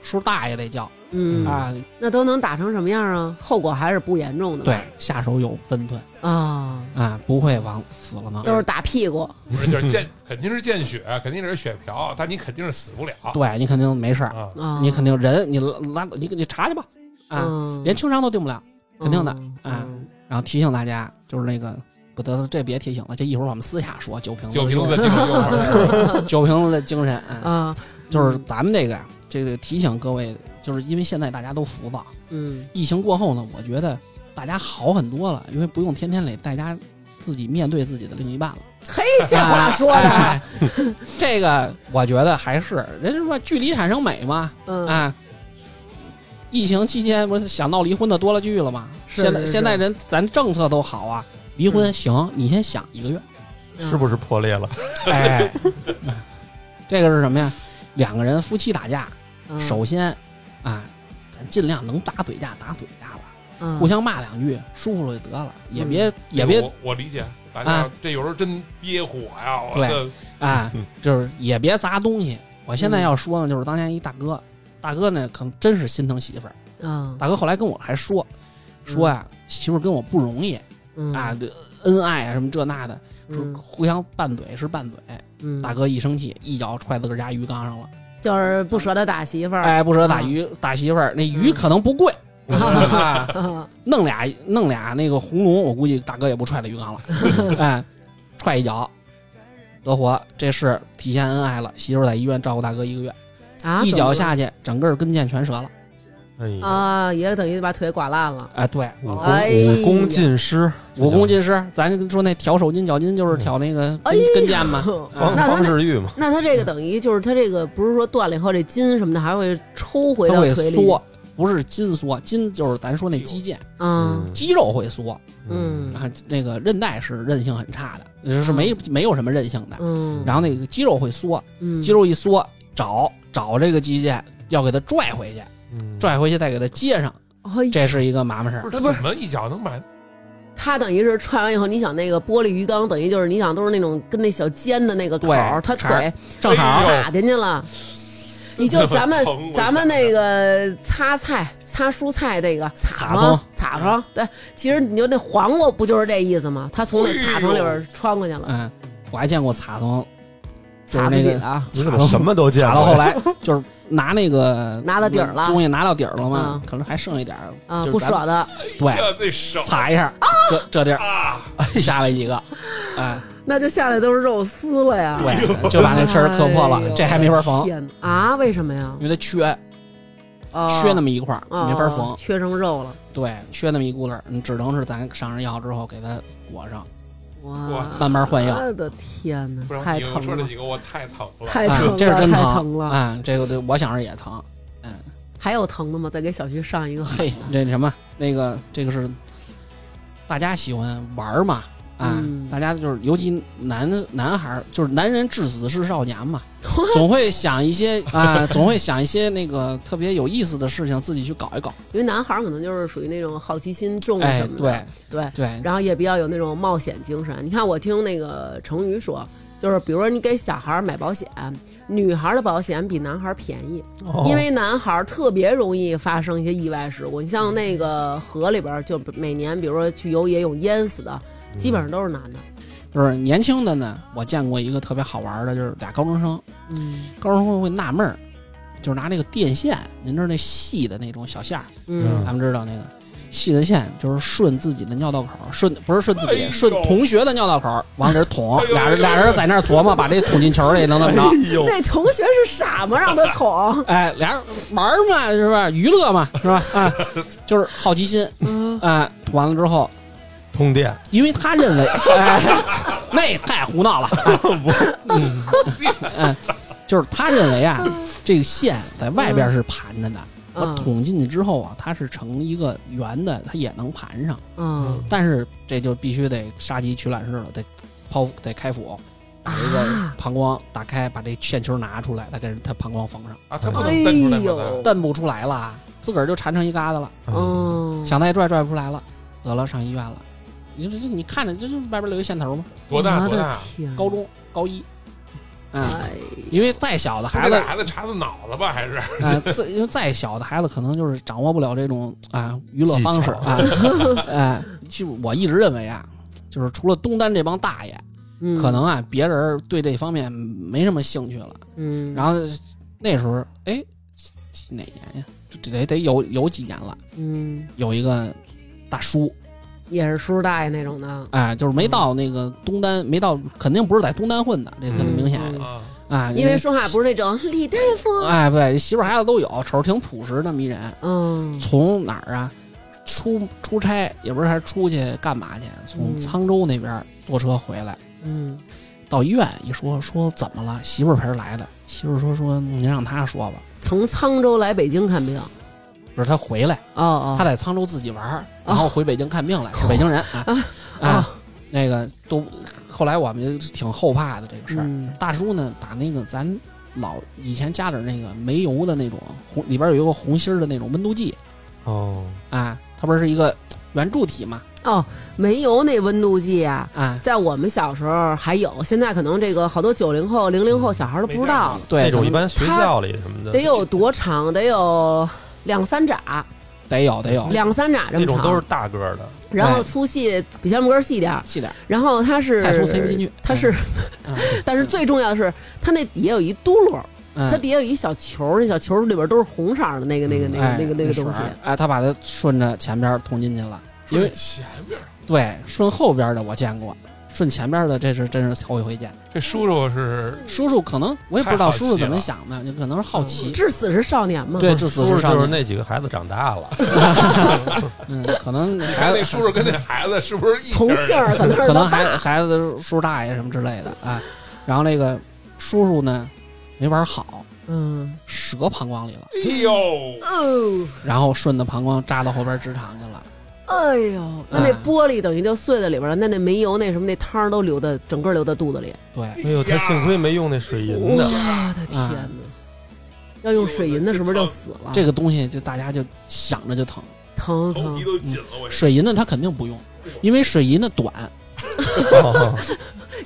B: 叔大爷得叫
C: 嗯，
B: 啊，
C: 那都能打成什么样啊？后果还是不严重的吧。
B: 对，下手有分寸
C: 啊，
B: 啊，不会往死了弄。
C: 都是打屁股。
A: 不是就是见 肯定是见血，肯定是血瓢，但你肯定是死不了。
B: 对你肯定没事儿，
A: 啊，
C: 啊，
B: 你肯定人你拉你你查去吧啊，
C: 嗯，
B: 连轻伤都定不了。肯定的
C: 嗯
B: 啊
C: 嗯
B: 然后提醒大家，就是那个不得这别提醒了，这一会儿我们私下说酒瓶子
A: 酒瓶子，
B: 的
A: 酒瓶子，
B: 酒瓶子的精神啊，
C: 啊，
B: 就是咱们这个这个提醒各位，就是因为现在大家都浮躁，
C: 嗯
B: 疫情过后呢，我觉得大家好很多了，因为不用天天得大家自己面对自己的另一半了。
C: 嘿，这话说的，
B: 哎这个我觉得还是人家说距离产生美嘛，
C: 嗯
B: 啊，疫情期间不是想闹离婚的多了去了吗？
C: 是
B: 现在
C: 是是嗯
B: 现在人咱政策都好啊，离婚行，你先想一个 月，
D: 是不是破裂了？
B: 哎，这个是什么呀？两个人夫妻打架，
C: 嗯
B: 首先啊，咱尽量能打嘴架打嘴架吧，
C: 嗯
B: 互相骂两句，舒服了就得了，也
C: 嗯
B: 别 也别
A: 我我理解，大家
B: 啊
A: 这有时候真憋火呀，我
B: 对
A: 这
B: 啊，就是也别砸东西。我
C: 嗯
B: 现在要说呢，就是当年一大哥，大哥呢可能真是心疼媳妇儿，
C: 嗯
B: 大哥后来跟我还说，说呀、媳妇儿跟我不容易
C: 嗯
B: 啊，这恩爱啊什么这那的，说
C: 嗯
B: 互相拌嘴是拌嘴。
C: 嗯
B: 大哥一生气，一脚踹自个儿家鱼缸上了，
C: 就是不舍得打媳妇儿，
B: 哎，不舍打鱼打媳妇儿，那鱼
C: 啊嗯
B: 可能不 贵。啊
C: 啊
B: 弄俩弄俩那个红龙，我估计大哥也不踹在鱼 缸了，哎，踹一脚，得活，这是体现恩爱了。媳妇儿在医院照顾大哥一个月，
C: 啊，
B: 一脚
C: 怎么
B: 下去，整个跟腱全折了。
D: 哎
C: 了
D: 呀，
C: 啊，也等于把腿剐烂了。
B: 哎，对，
D: 武
C: 哎呀
D: 功武功尽失，
B: 武功尽失。咱说那挑手筋、脚筋就是挑那个
C: 哎
B: 跟跟
C: 呦
B: 腱嘛，
D: 方
C: 那他
D: 方世玉嘛，
C: 那他这个等于就是他这个不是说断了以后这筋什么的还会抽回
B: 它
C: 到
B: 会
C: 腿里，
B: 缩，不是筋缩，筋就是咱说那肌腱，
C: 嗯
B: 肌肉会缩，
C: 嗯
B: 啊，那个韧带是韧性很差的，就是没没有什么韧性的。
C: 嗯，
B: 然后那个肌肉会缩，
C: 嗯
B: 肌肉一缩，找找这个肌腱，要给它拽回去，
D: 嗯，
B: 拽回去再给它接上，
C: 哎
B: 这是一个麻烦事
A: 不
B: 儿。
A: 是他怎么一脚能把
C: 他等于是踹完以后，你想那个玻璃鱼缸，等于就是你想都是那种跟那小尖的那个口儿，
B: 对
C: 他
B: 茬
C: 腿
B: 儿正
A: 哎
B: 好
A: 呦
C: 卡进 去了。你就咱们
A: 疼我
C: 咱们那个擦菜、擦蔬菜那个
B: 擦
C: 擦
B: 葱嗯
C: 上擦上，对，其实你就那黄瓜不就是这意思吗？他从
B: 哎
C: 那擦窗里边穿过去了，
B: 嗯，我还见过擦从，就是
C: 擦自
B: 那
C: 己
B: 个
C: 的啊，
D: 你怎么什么都见
B: 擦
D: 过
B: 到
D: 呀？
B: 后来就是拿那个
C: 拿到底儿了
B: 东西拿到底儿了嘛
C: 嗯，
B: 可能还剩一点儿
C: 啊
B: 就是
C: 不
B: 咱
C: 舍得。
B: 对，
A: 呀那手
B: 擦一下，这这地儿
A: 啊？
B: 下来几个， 哎，
C: 那就下来都是肉丝了呀。
B: 对，就把那吃儿磕破
C: 哎
B: 了，
C: 呦
B: 这还没法缝，
C: 天哪啊？为什么呀？
B: 因为它缺
C: 啊
B: 缺那么一块儿，
C: 啊
B: 没法缝，
C: 缺成肉了。
B: 对，缺那么一轱辘儿，你只能是咱上上药之后给它裹上，
C: 哇，
B: 慢慢换药。
C: 我的天
A: 不
C: 哪，
A: 是
C: 太
A: 你
C: 疼
A: 说这
C: 了，
A: 几个我太疼了，
C: 太
B: 啊
C: 疼了，
B: 这是真
C: 太
B: 疼
C: 了。
B: 啊！这个对我想着也疼。
C: 还有疼的吗？再给小徐上一个。
B: 嘿，这什么那个这个是大家喜欢玩儿嘛啊，
C: 嗯
B: 大家就是尤其男男孩儿，就是男人至死是少 年嘛，总会想一些啊，总会想一些那个特别有意思的事情，自己去搞一搞。
C: 因为男孩儿可能就是属于那种好奇心重啊
B: 哎
C: 什，么的，
B: 对
C: 对
B: 对，
C: 然后也比较有那种冒险精神。你看，我听那个成语说，就是比如说你给小孩儿买保险，女孩儿的保险比男孩儿便宜，
B: 哦
D: 哦
C: 因为男孩儿特别容易发生一些意外事故。你像那个河里边儿，就每年比如说去游野泳淹死的，
B: 嗯
C: 基本上都是男的。
B: 就是年轻的呢，我见过一个特别好玩儿的，就是俩高中生，
C: 嗯
B: 高中生会纳闷儿，就是拿那个电线，您知道那细的那种小线儿，
C: 嗯
B: 咱们知道那个细的线就是顺自己的尿道口，顺不是顺自己，
A: 哎呦
B: 顺同学的尿道口往里捅
A: 哎，呦
B: 俩人
A: 哎呦
B: 俩人在那儿琢 磨，把这捅进球里能怎么着？？
D: 呦，
C: 那同学是傻吗？让他捅
B: 哎，俩人玩儿嘛，是吧？娱乐嘛，是吧？啊，就是好奇心，
C: 嗯
B: 哎，捅完了之后，
D: 通电，
B: 因为他认为，哎，那也太胡闹了，哎嗯，哎就是他认为啊，这个线在外边是盘着的，我
C: 嗯
B: 捅进去之后啊，它是成一个圆的，它也能盘上。
C: 嗯
B: 但是这就必须得杀鸡取卵式了，得剖腹得开腹，把这个
C: 啊
B: 膀胱打开，把这线球拿出来，他给他膀胱缝上，
A: 啊，他不
C: 哎
A: 能蹬出来吗？
C: 呦，
B: 蹬不出来了，自个儿就缠成一疙瘩了，
C: 嗯，
B: 想再拽拽不出来了，得了，上医院了。你说这你看着这这外边留一线头吗？
A: 多大
C: 我
A: 多
C: 的
A: 大？
C: 天
B: 高中高一，嗯，
C: 哎，
B: 因为再小的
A: 还
B: 孩
A: 给
B: 子，
A: 孩子查查脑子吧，还是
B: 呃，再因为再小的孩子可能就是掌握不了这种啊娱乐方式
D: 技巧
B: 啊，哎，就我一直认为啊，就是除了东单这帮大爷，
C: 嗯
B: 可能啊别人对这方面没什么兴趣了。
C: 嗯，
B: 然后那时候，哎，几哪年呀？这这得得有有几年了。
C: 嗯，
B: 有一个大叔，
C: 也是叔叔大爷那种的，
B: 哎，就是
C: 嗯
B: 没到那个东单，没到，肯定不是在东单混的，这很明显
C: 嗯
A: 啊，
B: 啊。
C: 因为说话不是那种李大夫，
B: 哎，对，媳妇儿孩子都有，瞅着挺朴实的迷人。
C: 嗯，
B: 从哪儿啊？出出差也不是，还是出去干嘛去？从
C: 嗯
B: 沧州那边坐车回来，
C: 嗯
B: 到医院一说说怎么了？媳妇儿陪着来的，媳妇儿说说您让她说吧。
C: 从沧州来北京看病，
B: 不是她回来。
C: 哦哦，
B: 他在沧州自己玩儿，然后回北京看病来，是北京人啊啊
C: 啊，
B: 那个都后来我们就挺后怕的这个事儿。
C: 嗯
B: 大叔呢，把那个咱老以前家里那个煤油的那种红里边有一个红心儿的那种温度计
D: 哦，
B: 啊，它不是一个圆柱体嘛
C: 哦，煤油那温度计啊，
B: 啊，
C: 在我们小时候还有，现在可能这个好多九零后、零零后小孩都不知道，
D: 这
B: 对，
D: 种一般学校里什么的
C: 得有多长，得有两三拃，
B: 得有得有
C: 两三拃这
D: 那
C: 么
D: 种都
C: 长
D: 是。大个儿的，
C: 然后粗细比香根细点儿，
B: 细点 儿，
C: 然后它是
B: 太粗塞不进去
C: 它是，
B: 嗯
C: 但是最重要的是，它那底下有一嘟噜，它
B: 嗯，
C: 底下有一小球儿，那小球儿里边都是红色儿的那个那个那
B: 哎
C: 个那个那个
B: 水
C: 东西
B: 儿，哎，他把它顺着前边儿捅进去了，因为
A: 说前面儿
B: 对顺后边儿的我见过，顺前边儿的这是真是头一回见。
C: 嗯
A: 这叔叔是
B: 叔叔可能我也不知道
A: 太好奇
B: 叔叔怎么想的，就可能是好奇。
C: 至死是少年嘛。嗯
B: 对，
D: 不
B: 至
D: 是
B: 死
D: 叔叔
B: 少
D: 就是
B: 年。
D: 那几个孩子长大了，
B: 嗯，可 能
A: 还
B: 孩
A: 那
B: 子
A: 叔叔跟那孩子是不是一家
C: 同
A: 人
C: 姓儿可能是
B: 可能
C: 他爸
B: 孩孩子的叔叔大爷什么之类的啊。然后那个叔叔呢，没玩好，
C: 嗯
B: 折膀胱里了，
A: 哎呦，
C: 哦，
B: 然后顺着膀胱扎到后边直肠去了。
C: 哎呦，那那玻璃等于就碎在里边了，那那煤油那什么那汤儿都流到整个流到肚子里。
B: 对，
A: 哎
D: 哎呦，他幸亏没用那水银
C: 我
D: 嗯的，
C: 的天哪！要用水银的是不是就死了？
B: 这个东西就大家就想着就疼。
C: 疼
A: 头
C: 疼
A: 皮，都紧了，我这
B: 水银的他肯定不用，因为水银的短，
D: 哦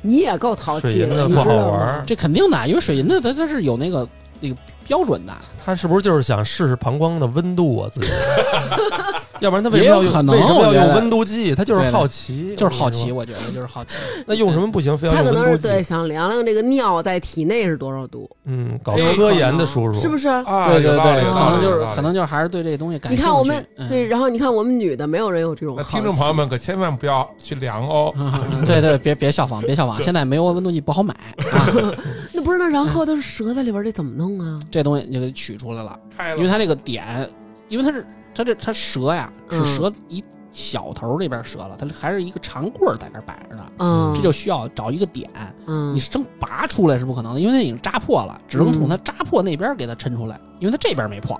C: 你也够淘
D: 水
C: 气
D: 银的
C: 你
D: 不
C: 知
D: 好
C: 道
D: 玩
C: 吗？
D: 儿。
B: 这肯定的，因为水银的它它是有那个那个标准的，
D: 他是不是就是想试试膀胱的温度啊？自己， 要不然他为什
B: 也
D: 么要
B: 有可
D: 用
B: 能
D: 为什么要
B: 我觉
D: 用
B: 得
D: 温度计？他就是
B: 对的
D: 好奇，
B: 就是好奇，
D: 我
B: 我觉得就是好奇。
D: 跟你说。那用什么不行？非要
C: 他
D: 用
C: 可
D: 温
C: 能
D: 度
C: 是
D: 计？
C: 对想量量这个尿在体内是多少度，
D: 嗯，搞科研的叔叔
C: 是不是？
A: 啊，
B: 对
A: 有
B: 对
A: 道
B: 对，
A: 理有
B: 可
A: 道
B: 能
A: 理
B: 就
A: 有
B: 是
A: 道理
B: 可能就是还是对这东西哦感
C: 你
B: 兴趣。
C: 看我们
B: 嗯
C: 对，然后你看我们女的，没有人有这种
A: 那
C: 好奇。
A: 听众朋友们可千万不要去量哦，
B: 啊， 对对，别别效仿，别效仿。现在没有温度计不好 买啊，
C: 那不是那然后它是折在里边，这怎么弄啊？
B: 这东西就给取出来了，
A: 开
B: 因为
A: 了，
B: 它这个点，因为它是它这它蛇呀，是
C: 嗯
B: 蛇一小头这边折了，它还是一个长棍儿在那儿摆着呢，
C: 嗯，
B: 这就需要找一个点，
C: 嗯
B: 你，生拔出来是不可能的，因为它已经扎破了，只能从
C: 嗯
B: 它扎破那边给它抻出来，因为它这边没破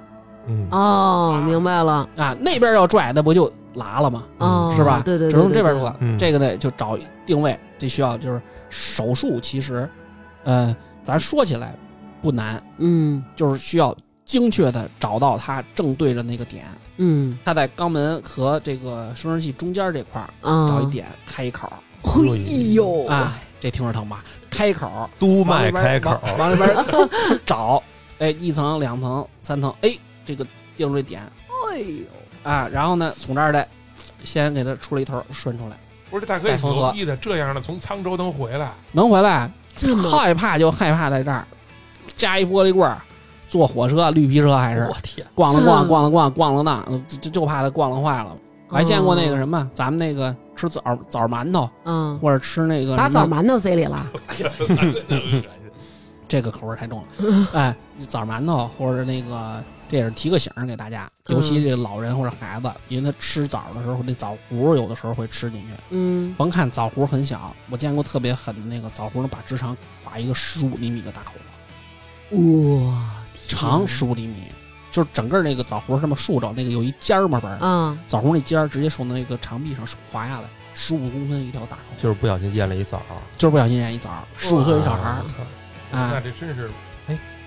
D: 嗯，
C: 哦，明白了，
B: 啊，那边要拽那不就拉了吗？
C: 哦，
B: 嗯是吧？
C: 对对，对
B: 只能这边
C: 对
B: 出来。
D: 嗯
B: 这个呢，就找定位，这需要就是手术。其实，呃，咱说起来不难，
C: 嗯
B: 就是需要精确的找到它正对着那个点，
C: 嗯
B: 它在肛门和这个生殖器中间这块儿
C: 啊，
B: 找一点开一口
C: 哎呦，
B: 啊，这听着疼吧？开口，
D: 哦督脉开口
B: 往往里边往里边 找，哎，一层、两层、三层，哎，这个定住这点
C: 哎呦，
B: 啊，然后呢，从这儿来，先给它出了一头，顺出来，
A: 不是大哥也挺牛逼的，这样的从沧州能回 来，
B: 能回来。
C: 这么
B: 害怕就害怕在这儿，加一玻璃棍儿，坐火车绿皮车还是
D: 我天，
B: 逛了
C: 是
B: 逛逛了逛逛了荡，就就就怕他逛了坏了。我还见过那个
C: 哦
B: 什么，咱们那个吃枣枣馒头，
C: 嗯，
B: 或者吃那个
C: 把
B: 什么
C: 枣馒头塞里了，
B: 这个口味太重了，哎，枣馒头或者那个，这也是提个醒儿给大家，尤其这老人或者孩子，因为他吃枣的时候，那枣核有的时候会吃进去。
C: 嗯，
B: 甭看枣核很小，我见过特别狠的那个枣核能把直肠
C: 嗯
B: 划一个十五厘米的大口子，
C: 哇，
B: 长十五厘米。就是整个那个枣核这么竖着，那个有一尖儿嘛，不是、
C: 嗯，
B: 枣核那尖儿直接从那个长壁上滑下来，十五公分一条大口，
D: 就是不小心咽了一枣。
B: 就是不小心染一枣，十五岁一小孩儿
D: 啊操
A: 那
B: 啊，
A: 这真是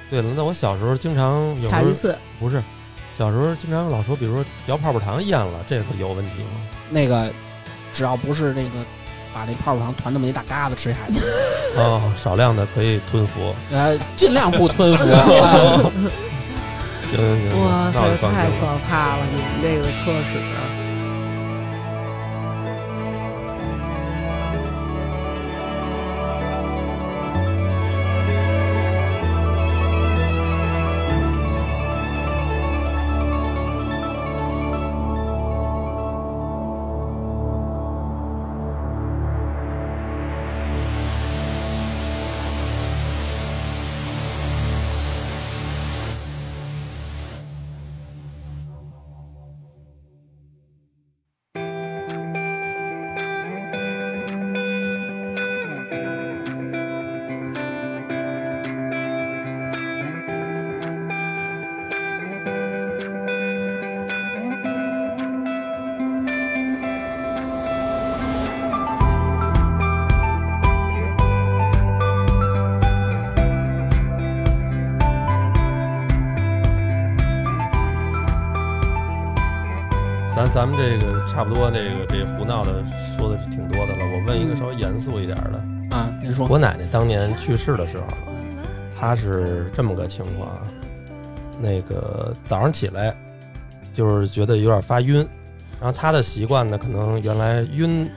D: 对了，那我小时候经常有时
C: 卡鱼
D: 候
C: 刺，
D: 不是，小时候经常老说，比如说嚼泡泡糖咽了，这个有问题吗？
B: 那个只要不是那个把那泡泡糖团那么一大疙瘩吃下 去，
D: 哦，少量的可以吞服。
B: 呃，尽量不 吞服。
D: 行行行，
C: 哇
D: 那我
C: 塞
D: 就，放
C: 太
D: 心了。
C: 可怕了！你们这个科室，
D: 咱咱们这个差不多，这个这胡闹的说的是挺多的了。我问一
C: 嗯
D: 个稍微严肃一点的，
B: 啊，您说
D: 我奶奶当年去世的时候，她是这么个情况啊，那个早上起来就是觉得有点发晕，然后她的习惯呢，可能原来晕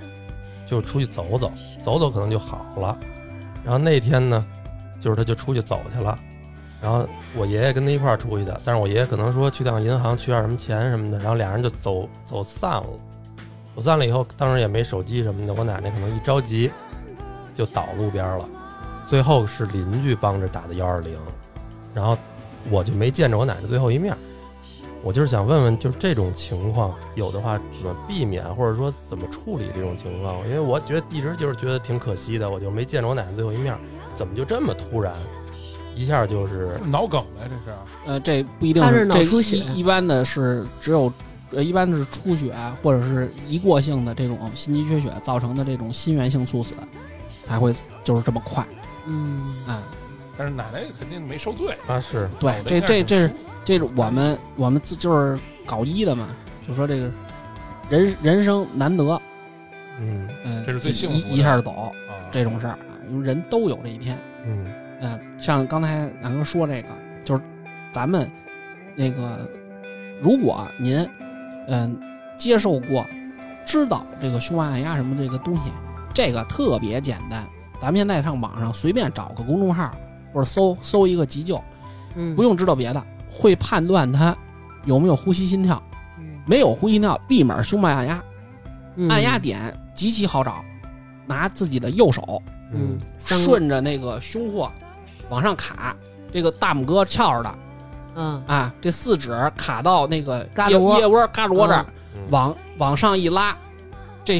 D: 就出去走走，走走可能就好了。然后那天呢，就是她就出去走去了，然后我爷爷跟她一块儿出去的，但是我爷爷可能说去趟银行取点什么钱什么的，然后俩人就走走散了。走散了以后，当时也没手机什么的，我奶奶可能一着急，就倒路边了。最后是邻居帮着打的幺二零，然后我就没见着我奶奶最后一面。我就是想问问，就是这种情况有的话怎么避免，或者说怎么处理这种情况？因为我觉得一直就是觉得挺可惜的，我就没见着我奶奶最后一面，怎么就这么突然，一下就是
A: 脑梗呗，这是。
B: 呃，这不一定
C: 他
B: 是
C: 是脑
B: 这
C: 出血
B: 一一般的是只有呃，一般的是出血或者是一过性的这种心肌缺血造成的这种心源性猝死，才会就是这么快。
C: 嗯，
B: 嗯，
A: 但是奶奶肯定没受罪，
D: 啊是
B: 对，这这这是这是我们我们自就是搞医的嘛，就说这个人人生难得，
D: 嗯
B: 嗯、
A: 这是最幸福的
B: 一一下走
A: 啊，
B: 这种事儿，因为人都有这一天。
D: 嗯
B: 嗯，像刚才南哥说这个，就是咱们那个，如果您嗯、接受过、知道这个胸外按压什么这个东西，这个特别简单。咱们现在上网上随便找个公众号，或者搜搜一个急救，
C: 嗯
B: 不，用知道别的，会判断他有没有呼吸心跳。没有呼吸心跳，立马胸外按压，
C: 嗯
B: 按压，点极其好找，拿自己的右手
C: 嗯
D: 嗯，
C: 三个，
B: 顺着那个胸廓往上卡，这个大拇哥翘着的
C: 嗯，
B: 啊，这四指卡到那个
C: 嘎
B: 腋
C: 吱窝
B: 腋窝嘎吱窝这儿，
D: 嗯
B: 往往上一拉，这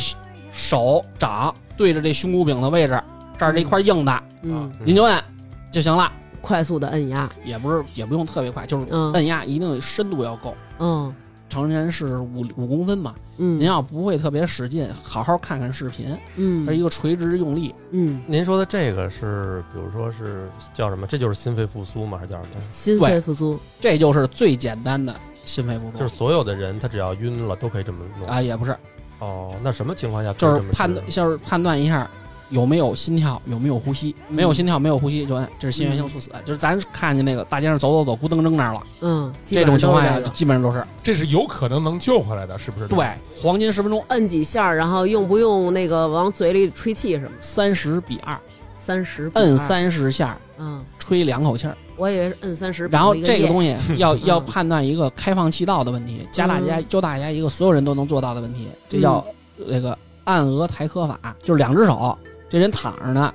B: 手掌对着这胸骨柄的位置，这儿这一块硬的，
C: 嗯，
B: 您就摁就行了，
C: 快速的摁压，
B: 也不是也不用特别快，就是
C: 嗯
B: 摁压一定深度要够，
C: 嗯
B: 成人是五五公分嘛，
C: 嗯，
B: 您要不会特别使劲，好好看看视频，
C: 嗯
B: 它是一个垂直用力，
C: 嗯，
D: 您说的这个是，比如说是叫什么？这就是心肺复苏吗？还是叫什么？
C: 心
B: 对
C: 肺复苏，
B: 这就是最简单的心肺复苏。
D: 就是所有的人他只要晕了都可以这么弄。
B: 啊，也不是，
D: 哦，那什么情况下可以
B: 就是
D: 这么
B: 判
D: 治
B: 断，就是判断一下有没有心跳，有没有呼吸，没
C: 嗯
B: 有心跳，没有呼吸就摁，这是心源性猝死。就是咱看见那个大街上走走走，咕噔扔那儿了，
C: 嗯，基
B: 这
C: 本
B: 种
C: 上
B: 情
C: 都
B: 况
C: 是
B: 下
C: 这个
B: 基本上都是
A: 这是有可能能救回来的，是不是？
B: 对，黄金十分钟，
C: 摁几下，然后用不用那个往嘴里吹气什么？
B: 三十比二，
C: 三十，
B: 摁，三十下，
C: 嗯，
B: 吹两口气儿。
C: 我以为是摁三十，
B: 然后
C: 比一
B: 这个
C: 液
B: 东西 要
C: 嗯
B: 要判断一个开放气道的问题，教大家
C: 嗯
B: 教大家一个所有人都能做到的问题，这叫那个按额抬膈法，就是两只手，这人躺着呢，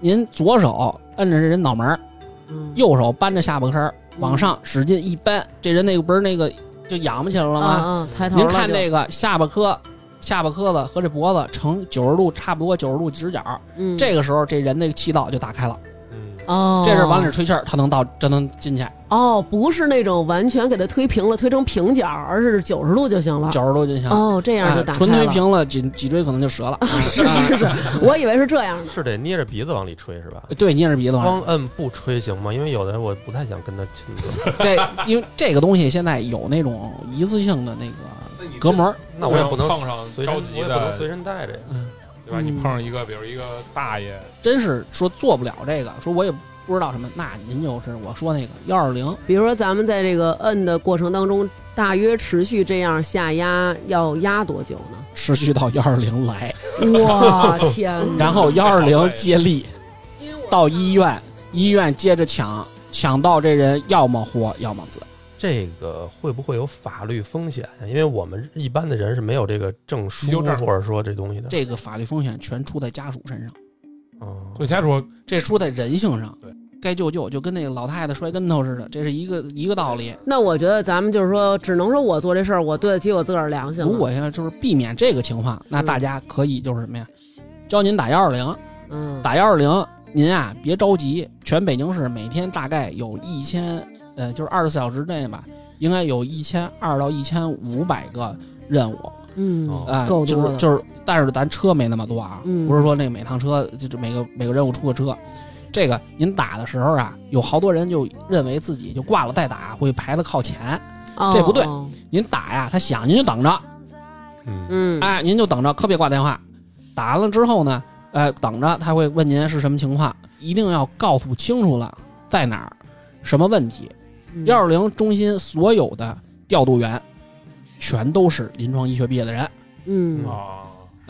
B: 您左手摁着这人脑门儿。
C: 嗯
B: 右手扳着下巴根儿往上使劲一扳，这人那个不是那个就仰不起来了吗？
C: 嗯嗯，抬头
B: 您看那
C: 个，
B: 个下巴磕，下巴磕子和这脖子成九十度，差不多九十度直角，
C: 嗯，
B: 这个时候这人那个气道就打开了，
D: 嗯
C: 哦，
B: 这事儿往里吹气儿，他能到，真能进去
C: 哦，不是那种完全给它推平了，推成平角，而是九十度就行了。
B: 九十度就行。
C: 哦，这
B: 这
C: 样就打开
B: 纯
C: 了。哦
B: 推平了，脊脊椎可能就折了。啊
C: 是是是，我以为是这样的。
D: 是得捏着鼻子往里吹是吧？
B: 对，捏着鼻子往
D: 光摁不吹行吗？因为有的我不太想跟他亲 嘴，
B: 这，因为这个东西现在有那种一次性的那个隔膜儿，
D: 那我也不能
A: 碰上
D: 随身，
A: 着
D: 我
A: 急
D: 也不能
A: 的
D: 随，身带着呀。
B: 嗯
A: 对吧？你碰上一个，比如一个大爷，
B: 真是说做不了这个，说我也不知道什么，那您就是我说那个幺二零，
C: 比如说，咱们在这个摁的过程当中，大约持续这样下压要压多久呢？
B: 持续到幺二零来，
C: 哇天哪！
B: 然后幺二零接力，到医院，医院接着抢，抢到这人要么活要么死，
D: 这个会不会有法律风险呀？因为我们一般的人是没有这个证
A: 急
D: 书
A: 救证
D: 或者说这东西的。
B: 这个法律风险全出在家属身上，
D: 哦
A: 对家属
B: 这出在人性上
A: 对，
B: 该救救，就跟那个老太太摔跟头似的，这是一个一个道理。
C: 那我觉得咱们就是说，只能说我做这事儿，我对得起我自个儿良心了。
B: 如果要就是避免这个情况，那大家可以就是什么呀？教您打幺二零，
C: 嗯，
B: 打幺二零，您啊别着急，全北京市每天大概有一千，呃，就是二十四小时内吧，应该有一千二到一千五百个任务
C: 嗯
D: 哦
B: 啊、
C: 够
B: 就
C: 多
B: 是
C: 了
B: 就是，但是咱车没那么多啊，
C: 嗯
B: 不是说那每趟车就是每个每个任务出个车。这个您打的时候啊，有好多人就认为自己就挂了再打会排的靠前。
C: 哦
B: 这不对
C: 哦
B: 您打呀，他响您就等着，
D: 嗯，
C: 嗯，
B: 哎，您就等着，可别挂电话。打完了之后呢，呃，等着他会问您是什么情况，一定要告诉清楚了在哪儿，什么问题。
C: 嗯
B: 幺二零中心所有的调度员，全都是临床医学毕业的人
C: 嗯
A: 啊，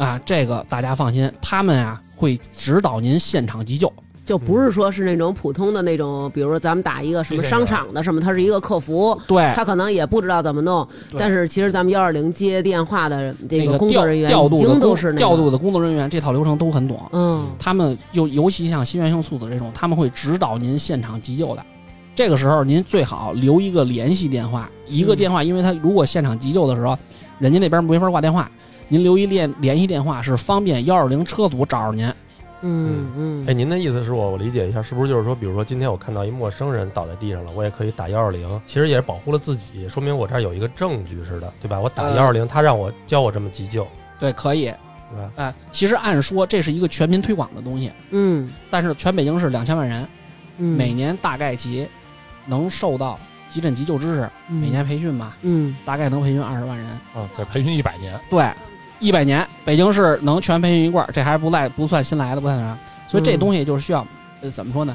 B: 啊，这个大家放心，他们啊会指导您现场急救。
C: 就不是说是那种普通的那种，比如说咱们打一个什
B: 啊
C: 么商场的什么，他是一个客服，
B: 对，
C: 他可能也不知道怎么弄，
B: 哎对
C: 但是其实咱们幺二零接电话的这
B: 那个
C: 工作人员
B: 调
C: 已
B: 度的
C: 经
B: 工
C: 都是那
B: 调度
C: 个，
B: 的工作人员，这套流程都很懂。
C: 嗯
B: 他们又尤其像心源性猝死这种，他们会指导您现场急救的。这个时候您最好留一个联系电话，一个电话，因为他如果现场急救的时候，人家那边没法挂电话，您留一联联系电话是方便幺二零车组找着您。
C: 嗯嗯
D: 哎，，您的意思是我我理解一下，是不是就是说，比如说今天我看到一陌生人倒在地上了，我也可以打幺二零，其实也是保护了自己，说明我这儿有一个证据似的，对吧？我打
C: 嗯
B: 呃
D: 幺二零，他让我教我这么急救，
B: 对，可以。
D: 对吧？
B: 哎、其实按说这是一个全民推广的东西，
C: 嗯
B: 但是全北京市两千万人，
C: 嗯，
B: 每年大概其能受到急诊急救知识，
C: 嗯
B: 每年培训嘛，
C: 嗯
B: 大概能培训二十万人。
A: 啊，对，培训一百年，
B: 对，一百年，北京市能全培训一块儿，这还不赖，不算新来的，不算啥。所以这
C: 嗯
B: 东西就是需要，呃，怎么说呢？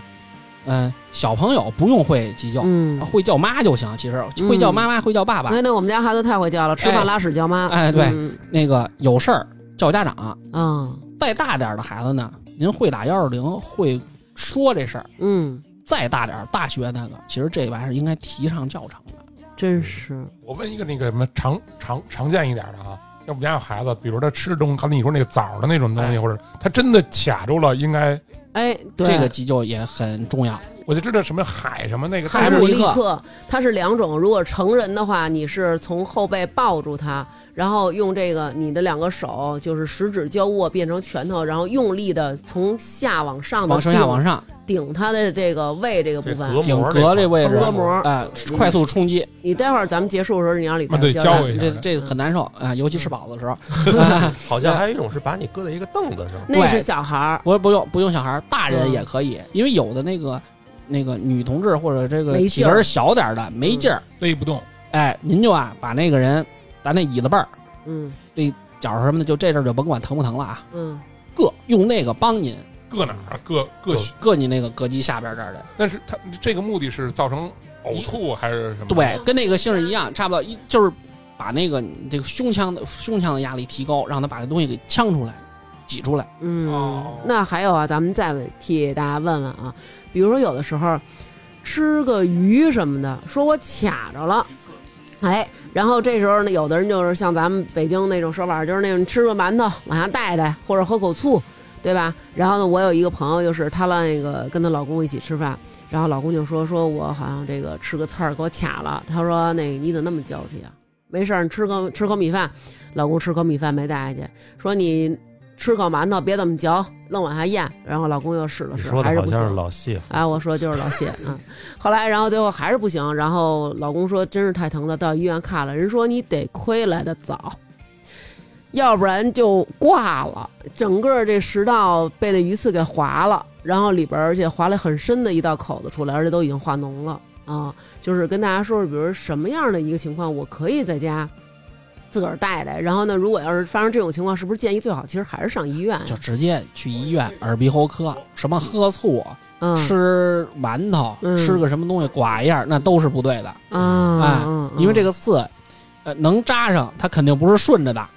B: 嗯、小朋友不用会急救，
C: 嗯
B: 会叫妈就行。其实
C: 嗯
B: 会叫妈妈，会叫爸爸。
C: 哎，那我们家孩子太会叫了，吃
B: 哎
C: 饭拉屎叫妈。
B: 哎对
C: 嗯
B: 那个有事儿叫家长。
C: 啊，
B: 再大点儿的孩子呢，您会打幺二零，会说这事儿。
C: 嗯，
B: 再大点儿，大学那个，其实这玩意儿应该提上教程了。
C: 真是，
A: 我问一个那个什么常常常见一点的啊，要我们家有孩子，比如他吃中刚才你说那个枣的那种东西，
B: 哎
A: 或者他真的卡住了，应该
C: 哎，对，
B: 这个急救也很重要。
A: 我就知道什么海什么那个
B: 海
A: 但是
B: 姆
C: 姆
B: 立
C: 立
B: 克
C: 克，它是两种。如果成人的话，你是从后背抱住他，然后用这个你的两个手，就是食指交握变成拳头，然后用力的从下往上的
B: 往上下往上，
C: 顶他的这个胃这个部
D: 这
C: 分。
D: 隔
B: 顶
D: 膜
B: 隔这位
C: 横
B: 置，
C: 膈膜
B: 哎、快速冲击。
C: 你待会儿咱们结束的时候，你让李
A: 啊
C: 诞
A: 对
C: 教
A: 教
C: 他
A: 我一下
B: 这这很难受啊、尤其吃饱的时候。
D: 好像还有一种是把你搁在一个凳子上，
C: 那是
B: 对
C: 小孩儿，
B: 我不用不用小孩儿，大
C: 嗯
B: 人也可以，因为有的那个那个女同志或者这个
C: 没
B: 体
C: 劲儿嗯
B: 格小点儿的没劲儿，
A: 勒不动，
B: 哎，您就啊把那个人咱那椅子背儿、
C: 嗯
B: 脚什么的，就这阵儿就甭管疼不疼了啊，
C: 嗯，
B: 硌，用那个帮您
A: 硌哪儿硌硌血，
B: 硌你那个膈肌下边儿这儿的，
A: 但是他这个目的是造成呕吐还是什么？
B: 对，跟那个性质一样，差不多，一就是把那个你这个胸腔的胸腔的压力提高，让他把这东西给呛出来、挤出来。
C: 嗯，
A: 哦
C: 那还有啊，咱们再问替大家问问啊，比如说有的时候吃个鱼什么的，说我卡着了。哎，然后这时候呢，有的人就是像咱们北京那种说法，就是那种吃个馒头往下带带，或者喝口醋，对吧？然后呢，我有一个朋友，就是她那个跟她老公一起吃饭，然后老公就说说我好像这个吃个刺儿给我卡了，她说那个你怎么那么娇气啊？没事儿，你吃口吃口米饭，老公吃口米饭没带下去，说你吃口馒头别这么嚼，愣往下咽，然后老公又试了
D: 你
C: 试，
D: 说
C: 还
D: 的
C: 是
D: 好
C: 不
D: 像是
C: 行。
D: 老谢，
C: 哎，我说就是老谢啊。后来，然后最后还是不行，然后老公说真是太疼了，到医院看了，人说你得亏来的早，要不然就挂了，整个这食道被那鱼刺给划了，然后里边儿而且划了很深的一道口子出来，而且都已经化脓了啊。就是跟大家说说，比如什么样的一个情况，我可以在家。自个儿带带，然后呢？如果要是发生这种情况，是不是建议最好其实还是上医院呀？
B: 就直接去医院耳鼻喉科，什么喝醋、啊
C: 嗯
B: 吃馒头、
C: 嗯
B: 吃个什么东西刮一下，那都是不对的，哎
C: 啊，
B: 因为这
C: 个，
B: 个刺，呃，能扎上，它肯定不是顺着的，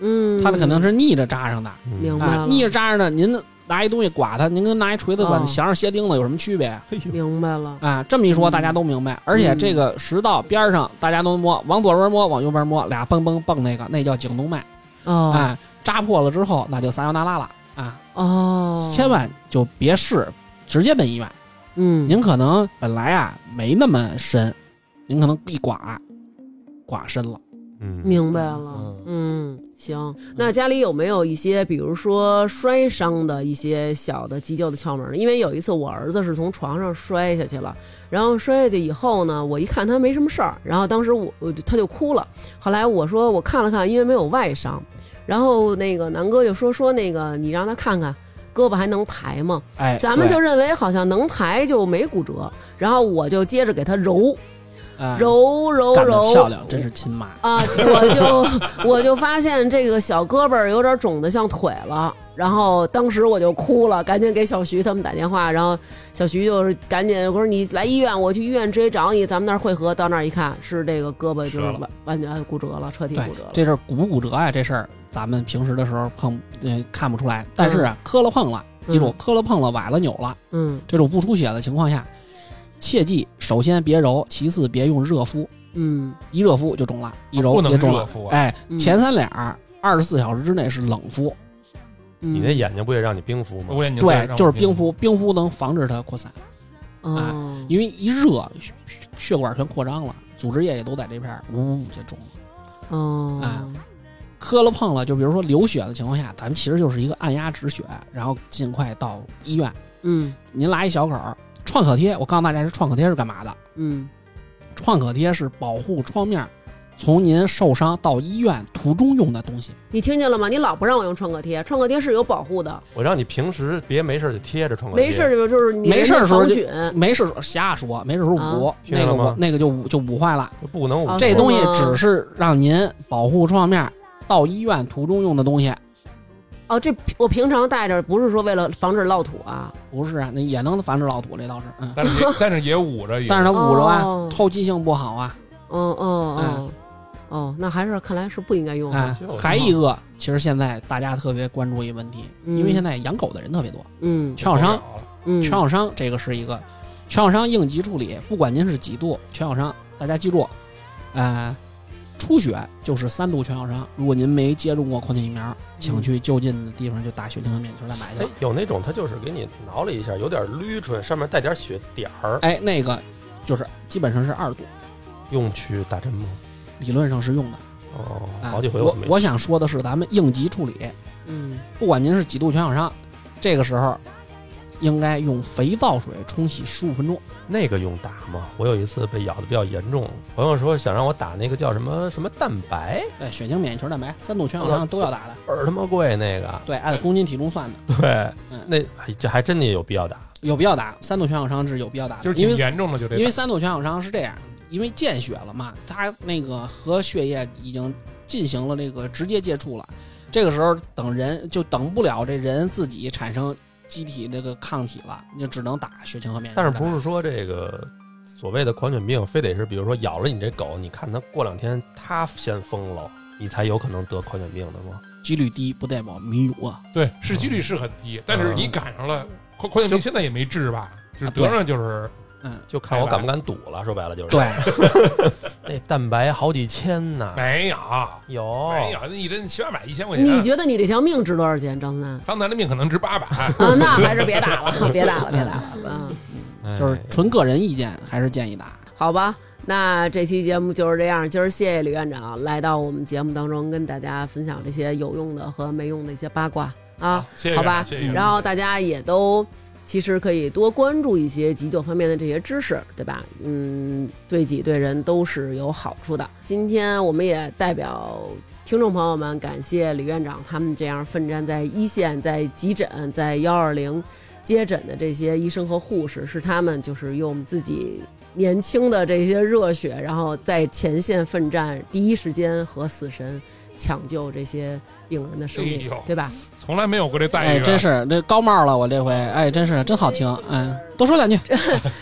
C: 嗯，
B: 它肯定是逆着扎上的。
D: 嗯
C: 明白
B: 哎，
C: 了
B: 逆着扎上的，您拿一东西刮它，您跟拿一锤子把
C: 哦
B: 墙上歇钉子有什么区别啊？
C: 明白了。
B: 啊，这么一说大家都明白，而且
C: 嗯
B: 这个食道边儿上大家都摸，往左边摸，往右边摸，俩蹦蹦蹦那个，那叫颈动脉，
C: 哦、
B: 哎，扎破了之后那就撒由那拉了啊，
C: 哦，
B: 千万就别试，直接奔医院。
C: 嗯，
B: 您可能本来啊没那么深，您可能一刮，刮深了。
D: 嗯，
C: 明白了，嗯，行。那家里有没有一些，比如说摔伤的一些小的急救的窍门呢？因为有一次我儿子是从床上摔下去了，然后摔下去以后呢，我一看他没什么事儿，然后当时我我就他就哭了。后来我说我看了看，因为没有外伤，然后那个南哥就说说那个你让他看看胳膊还能抬吗？
B: 哎，
C: 咱们
B: 对
C: 就认为好像能抬就没骨折，然后我就接着给他揉
B: 哎
C: 揉揉
B: 干得
C: 揉，
B: 漂亮，真是亲妈。
C: 啊，我就 我就发现这个小胳膊儿有点肿得像腿了，然后当时我就哭了，赶紧给小徐他们打电话，然后小徐就是赶紧我说你来医院，我去医院直接找你，咱们那儿汇合。到那儿一看是这个胳膊就是
D: 折了
C: 完完全骨折了，彻底
B: 对
C: 骨折了。
B: 这事儿骨不骨折呀、这事儿咱们平时的时候碰呃看不出来，但是啊，磕了碰了，记住
C: 嗯，
B: 磕了碰了，崴了扭了，
C: 嗯
B: 这种不出血的情况下，切记首先别揉，其次别用热敷，
C: 嗯
B: 一热敷就肿了，一揉
A: 哦不能
B: 也肿
A: 热
B: 了。
A: 敷啊！
B: 哎，
C: 嗯
B: 前三俩二十四小时之内是冷敷，
C: 嗯，
D: 你那眼睛不也让你冰敷吗
A: 我？眼睛
B: 对，就是冰敷，冰敷能防止它扩散，啊
C: 哦，
B: 因为一热血血管全扩张了，组织液也都在这片儿，呜就肿了。
C: 哦
B: 啊磕了碰了，就比如说流血的情况下，咱们其实就是一个按压止血，然后尽快到医院。
C: 嗯
B: 您拉一小口儿创可贴，我告诉大家，这创可贴是干嘛的？
C: 嗯
B: 创可贴是保护创面儿，从您受伤到医院途中用的东西。
C: 你听见了吗？你老不让我用创可贴，创可贴是有保护的，
D: 我让你平时别没事儿就贴着创可贴。
C: 没事儿就就是你
B: 没事儿的时候
C: 防
B: 就
C: 菌，
B: 没事儿瞎说，没事儿说捂、
D: 听见
B: 那个
D: 了吗
B: 我那个就捂就捂坏了。
D: 就不能
C: 啊
D: 捂
B: 这东西
C: 是吗
B: 只是让您保护创面儿到医院途中用的东西，
C: 哦，这我平常戴着不是说为了防止落土啊，
B: 不是啊，那也能防止老土，这倒是。嗯，
A: 但是也但是也捂着也，
B: 但是它捂着啊，
C: 哦
B: 透气性不好啊。
C: 哦哦哦，哦，那还是看来是不应该用的。
B: 哎
D: 就，是
B: 还一个，其实现在大家特别关注一问题，
C: 嗯
B: 因为现在养狗的人特别多，
C: 嗯
B: 犬咬伤，
C: 嗯，
B: 犬咬伤这个是一个，犬咬伤应急处理，不管您是几度犬咬伤，大家记住，呃，出血就是三度犬咬伤，如果您没接种过狂犬疫苗，
C: 嗯
B: 请去就近的地方就打血清和免疫球蛋白去
D: 哎
B: 了。，
D: 有那种他就是给你挠了一下，有点捋出来，上面带点血点儿，
B: 哎，那个就是基本上是二度，
D: 用去打针吗？
B: 理论上是用的。
D: 哦，
B: 哎
D: 好几回
B: 我
D: 没。
B: 我想说的是，咱们应急处理，
C: 嗯
B: 不管您是几度全咬伤，这个时候应该用肥皂水冲洗十五分钟。
D: 那个用打吗？我有一次被咬的比较严重，朋友说想让我打那个叫什么什么蛋白，
B: 对，哎血清免疫球蛋白三度全咬伤都要打的。
D: 倍儿他妈贵那个。
B: 对，按公斤体重算的，
D: 对
B: 嗯，
D: 那还这还真的有必要打。
B: 有必要打三度全咬伤是有必要打的，
A: 就是
B: 因
A: 挺
B: 为
A: 严重的，就这
B: 因为
A: 个。
B: 三度全咬伤是这样，因为见血了嘛，它那个和血液已经进行了这个直接接触了，这个时候等人就等不了这人自己产生机体那个抗体了，你就只能打血清和免疫球
D: 但
B: 蛋
D: 是
B: 白。
D: 不是说这个所谓的狂犬病，非得是比如说咬了你这狗，你看它过两天它先疯了，你才有可能得狂犬病的吗？
B: 几率低，不代表没有啊。
A: 对，是几率是很
B: 嗯
A: 低，但是你赶上了，狂狂犬病现在也没治吧？
B: 啊
A: 就是得上就是
B: 嗯，
D: 就看我敢不敢赌了。说白了就是，，
B: 对。
D: 那蛋白好几千呢，
A: 没有，
B: 哦
D: 有
A: 没有，那一针起码买一千块
C: 你
A: 钱。
C: 觉得你这条命值多少钱，张三？
A: 张楠的命可能值 八百，
C: 啊，那还是别打了， 别打了，别打了啊！
D: 哎
B: 就是纯个人意见，还是建议打。
C: 好吧，那这期节目就是这样。今儿谢谢李院长来到我们节目当中，跟大家分享这些有用的和没用的一些八卦。啊，
A: 谢谢
C: 好
A: 院
C: 吧
A: 长谢谢院。长
C: 然后大家也都其实可以多关注一些急救方面的这些知识，对吧？嗯，对己对人都是有好处的。今天我们也代表听众朋友们感谢李院长他们这样奋战在一线、在急诊、在幺二零接诊的这些医生和护士，是他们就是用自己。年轻的这些热血，然后在前线奋战，第一时间和死神抢救这些病人的生
A: 哎
C: 命
A: 呦，
C: 对吧？
A: 从来没有过这待
B: 哎，
A: 遇啊，
B: 真是这高帽了，我这回哎，真是真好听，哎，多说两句，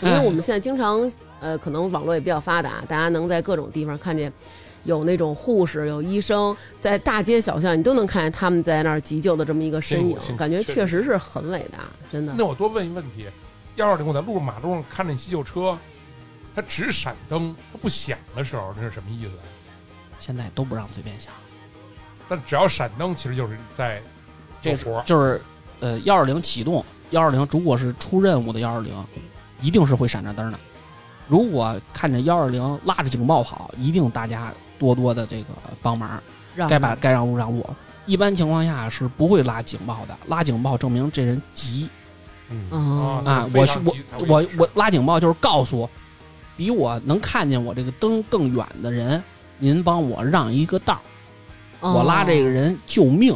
C: 因
A: 哎
C: 为我们现在经常，呃，可能网络也比较发达，大家能在各种地方看见有那种护士、有医生，在大街小巷你都能看见他们在那儿急救的这么一个身
A: 辛
C: 影
A: 苦辛，苦
C: 感觉
A: 哎确实
C: 确实是很伟大，真的。
A: 那我多问一问题：幺二零，我在路上马路上看见急救车，它只闪灯，它不响的时候，这是什么意思？
B: 现在都不让随便想，
A: 但只要闪灯，其实就是在
B: 这
A: 救
B: 是
A: 活。
B: 就是呃幺二零启动幺二零，如果是出任务的幺二零，一定是会闪着灯的。如果看着幺二零拉着警报跑，一定大家多多的这个帮忙，
C: 让
B: 该把该让路让路。一般情况下是不会拉警报的，拉警报证明这人急
D: 嗯，
C: 哦
A: 啊
B: 啊
A: 那。
B: 我
A: 非
B: 是
A: 常
B: 我
A: 急才会有
B: 我
A: 事
B: 我拉警报就是告诉比我能看见我这个灯更远的人，您帮我让一个道儿，我拉这个，人救命，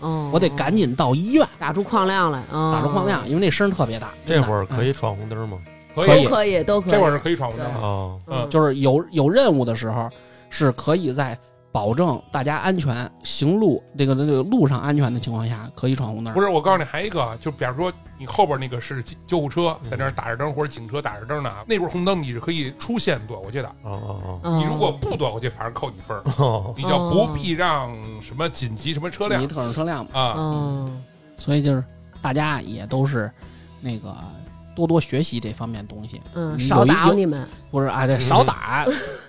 C: 哦、
B: 我得赶紧到医院。
C: 打出矿量来，哦、
B: 打出矿量，因为那声儿特别大。嗯
D: 这会儿可
B: 以，
D: 以闯红灯吗？
A: 可
B: 可
A: 以
B: 以
C: 都可以，都可以。
A: 这会儿是可以闯红灯
C: 对
A: 的。
D: 哦，
A: 嗯
C: 嗯，
B: 就是有有任务的时候，是可以在保证大家安全行路这个这个路上安全的情况下，可以闯红灯。
A: 不
B: 是，
A: 是，我告诉你，还有一个啊，就比方说你后边那个是急救护车在那儿打着灯，或者警车打着灯呢，啊那边红灯你是可以出现躲过去的。
D: 哦哦
C: 嗯
A: 你如果不躲过去，反而扣你分儿。
D: 哦 哦，
A: 你叫不必让什么紧急什么车辆
B: 紧急特种车辆嘛，
A: 啊，
C: 哦，
B: 所以就是大家也都是那个多多学习这方面东西，
C: 嗯，
B: 有
C: 少
B: 一
C: 打
B: 有
C: 扰你们，
B: 不是啊，这少打。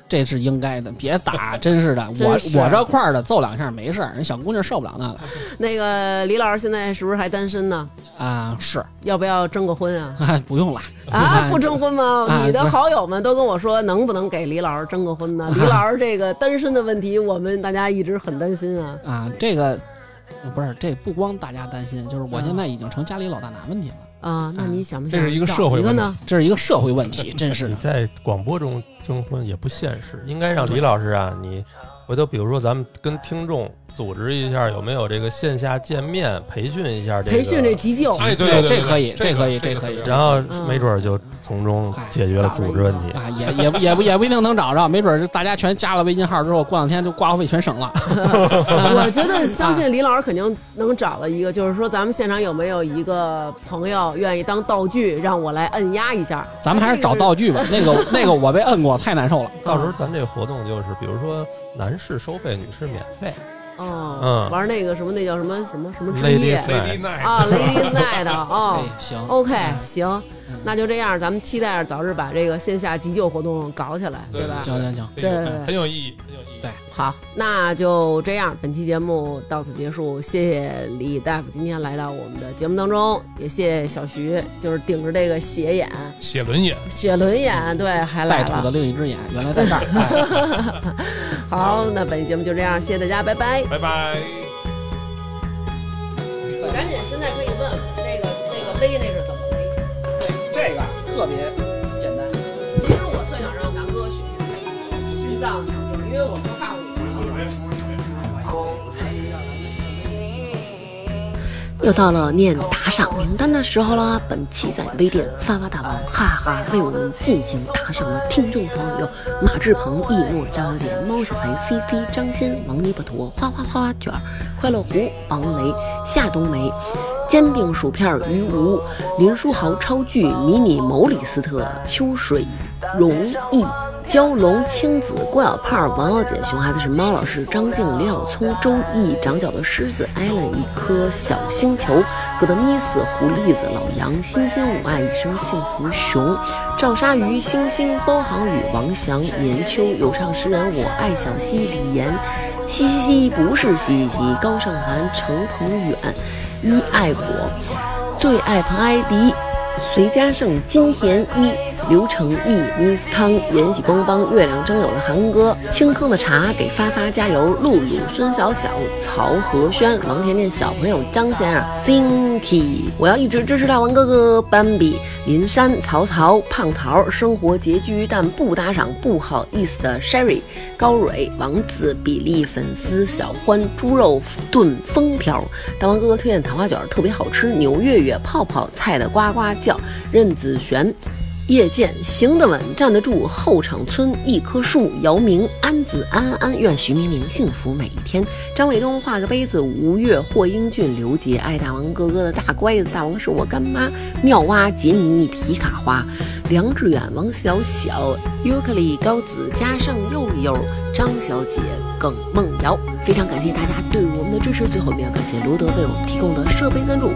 B: 这是应该的，别打，真是的，
C: 嗯 真
B: 我
C: 是
B: 我这块儿的揍两下没事儿，人小姑娘受不了那个
C: 那个李老师现在是不是还单身呢？
B: 啊，是，
C: 要不要征个婚啊？
B: 不用了
C: 啊，不征婚吗？
B: 啊
C: 你的
B: 不是
C: 好友们都跟我说，能不能给李老师征个婚呢？李老师这个单身的问题，我们大家一直很担心啊。
B: 啊，这个不是这不光大家担心，就是我
C: 嗯
B: 现在已经成家里老大难问题了，
C: 啊，那你想不
A: 这
C: 想
A: 是一个
C: 找
A: 社会
C: 一个
A: 问题
C: 呢？
B: 这是一个社会问题，真是
D: 你
B: 的。
D: 在广播中征婚也不现实，应该让李老师啊，你回头比如说咱们跟听众组织一下，有没有这个线下见面培训一下这个
C: 培训这急救，
A: 啊哎，对
B: 对
A: 对，
B: 这可以
A: 对
B: 这可以
A: 这个
B: 这可以
A: 这个
D: 然后没准儿就从中解决了组织 问题。
B: 啊，也也不也不也不一定能找着，没准儿大家全加了微信号之后，过两天就挂号费全省了。
C: 我 觉得相信李老师肯定能找到一个，就是说咱们现场有没有一个朋友愿意当道具，让我来摁压一下？
B: 咱们还是找道具吧，那个那个我被摁过，太难受了。
D: 到
C: 哦
D: 时候咱这活动就是，比如说男士收费，女士免费，
C: 哦
D: 嗯，
C: 玩那个什么，那叫什么什么什么之
D: Ladies
C: 夜
A: Lady Night
C: 啊，Ladies Night 哦
B: 对。，哎行
C: OK，行
B: 嗯，
C: 那就这样，咱们期待着早日把这个线下急救活动搞起来，
A: 对
C: 吧？
B: 行行行，
A: 对
C: 对
A: 对
C: 对
A: 对，很有意义，很有意义。
B: 对
C: 好，那就这样，本期节目到此结束。谢谢李大夫今天来到我们的节目当中，也谢谢小徐，就是顶着这个斜眼、
A: 写轮眼。
C: 雪轮眼，对，还
B: 带
C: 来
B: 土的
C: 了。
B: 另一只眼原来在这儿。哎
C: 好，那本期节目就这样，谢谢大家，拜拜。
A: 拜拜。
C: 赶紧，现在可以问那个那个勒那是怎么勒？
B: 这个特别简单。
C: 其实我特想让南哥学学心脏强壮，因为我特怕我。
E: 又到了念打赏名单的时候啦！本期在微店发发大王哈哈为我们进行打赏的听众朋友有马志鹏、易诺、赵小姐、猫小财、C C、张鑫、王尼巴陀、花花花花卷儿、快乐狐、王雷、夏冬梅、煎饼薯片儿于无、林书豪、超巨、迷你某里斯特、秋水、容易。蛟龙、青子、郭小胖、王小姐、熊孩子是猫老师、张静、李小聪、周易、长角的狮子、艾伦、一颗小星球、葛德米斯、狐狸子、老杨、欣欣我爱一生幸福熊、赵鲨鱼、星星、包航宇、王翔、年秋、有唱诗人我爱小溪、李岩、嘻嘻嘻不是嘻嘻嘻、高胜涵、程鹏远、一爱果、最爱彭艾迪、隋家胜、金田一、刘承义、Miss 康、延禧攻帮、月亮争友的韩哥、青坑的茶、给发发加油、露露、孙小小、曹和轩、王甜甜、小朋友张先生、Sinky，我要一直支持大王哥哥、斑比、林珊、曹操、胖桃、生活拮据但不打赏不好意思的 Sherry、高蕊、王子、比利粉丝小欢、猪肉炖封条、大王哥哥推荐糖花卷儿特别好吃，牛月月、泡泡、菜的呱呱叫、任子璇。叶剑行得稳，站得住。后场村一棵树，姚明、安子安安安，愿徐明明幸福每一天。张卫东画个杯子，吴越、霍英俊、刘杰，爱大王哥哥的大乖子，大王是我干妈。妙蛙、杰尼、皮卡花、梁志远、王小小、尤克里、高子，加上佑佑、张小姐、耿梦瑶。非常感谢大家对我们的支持。最后，我们要感谢罗德为我们提供的设备赞助。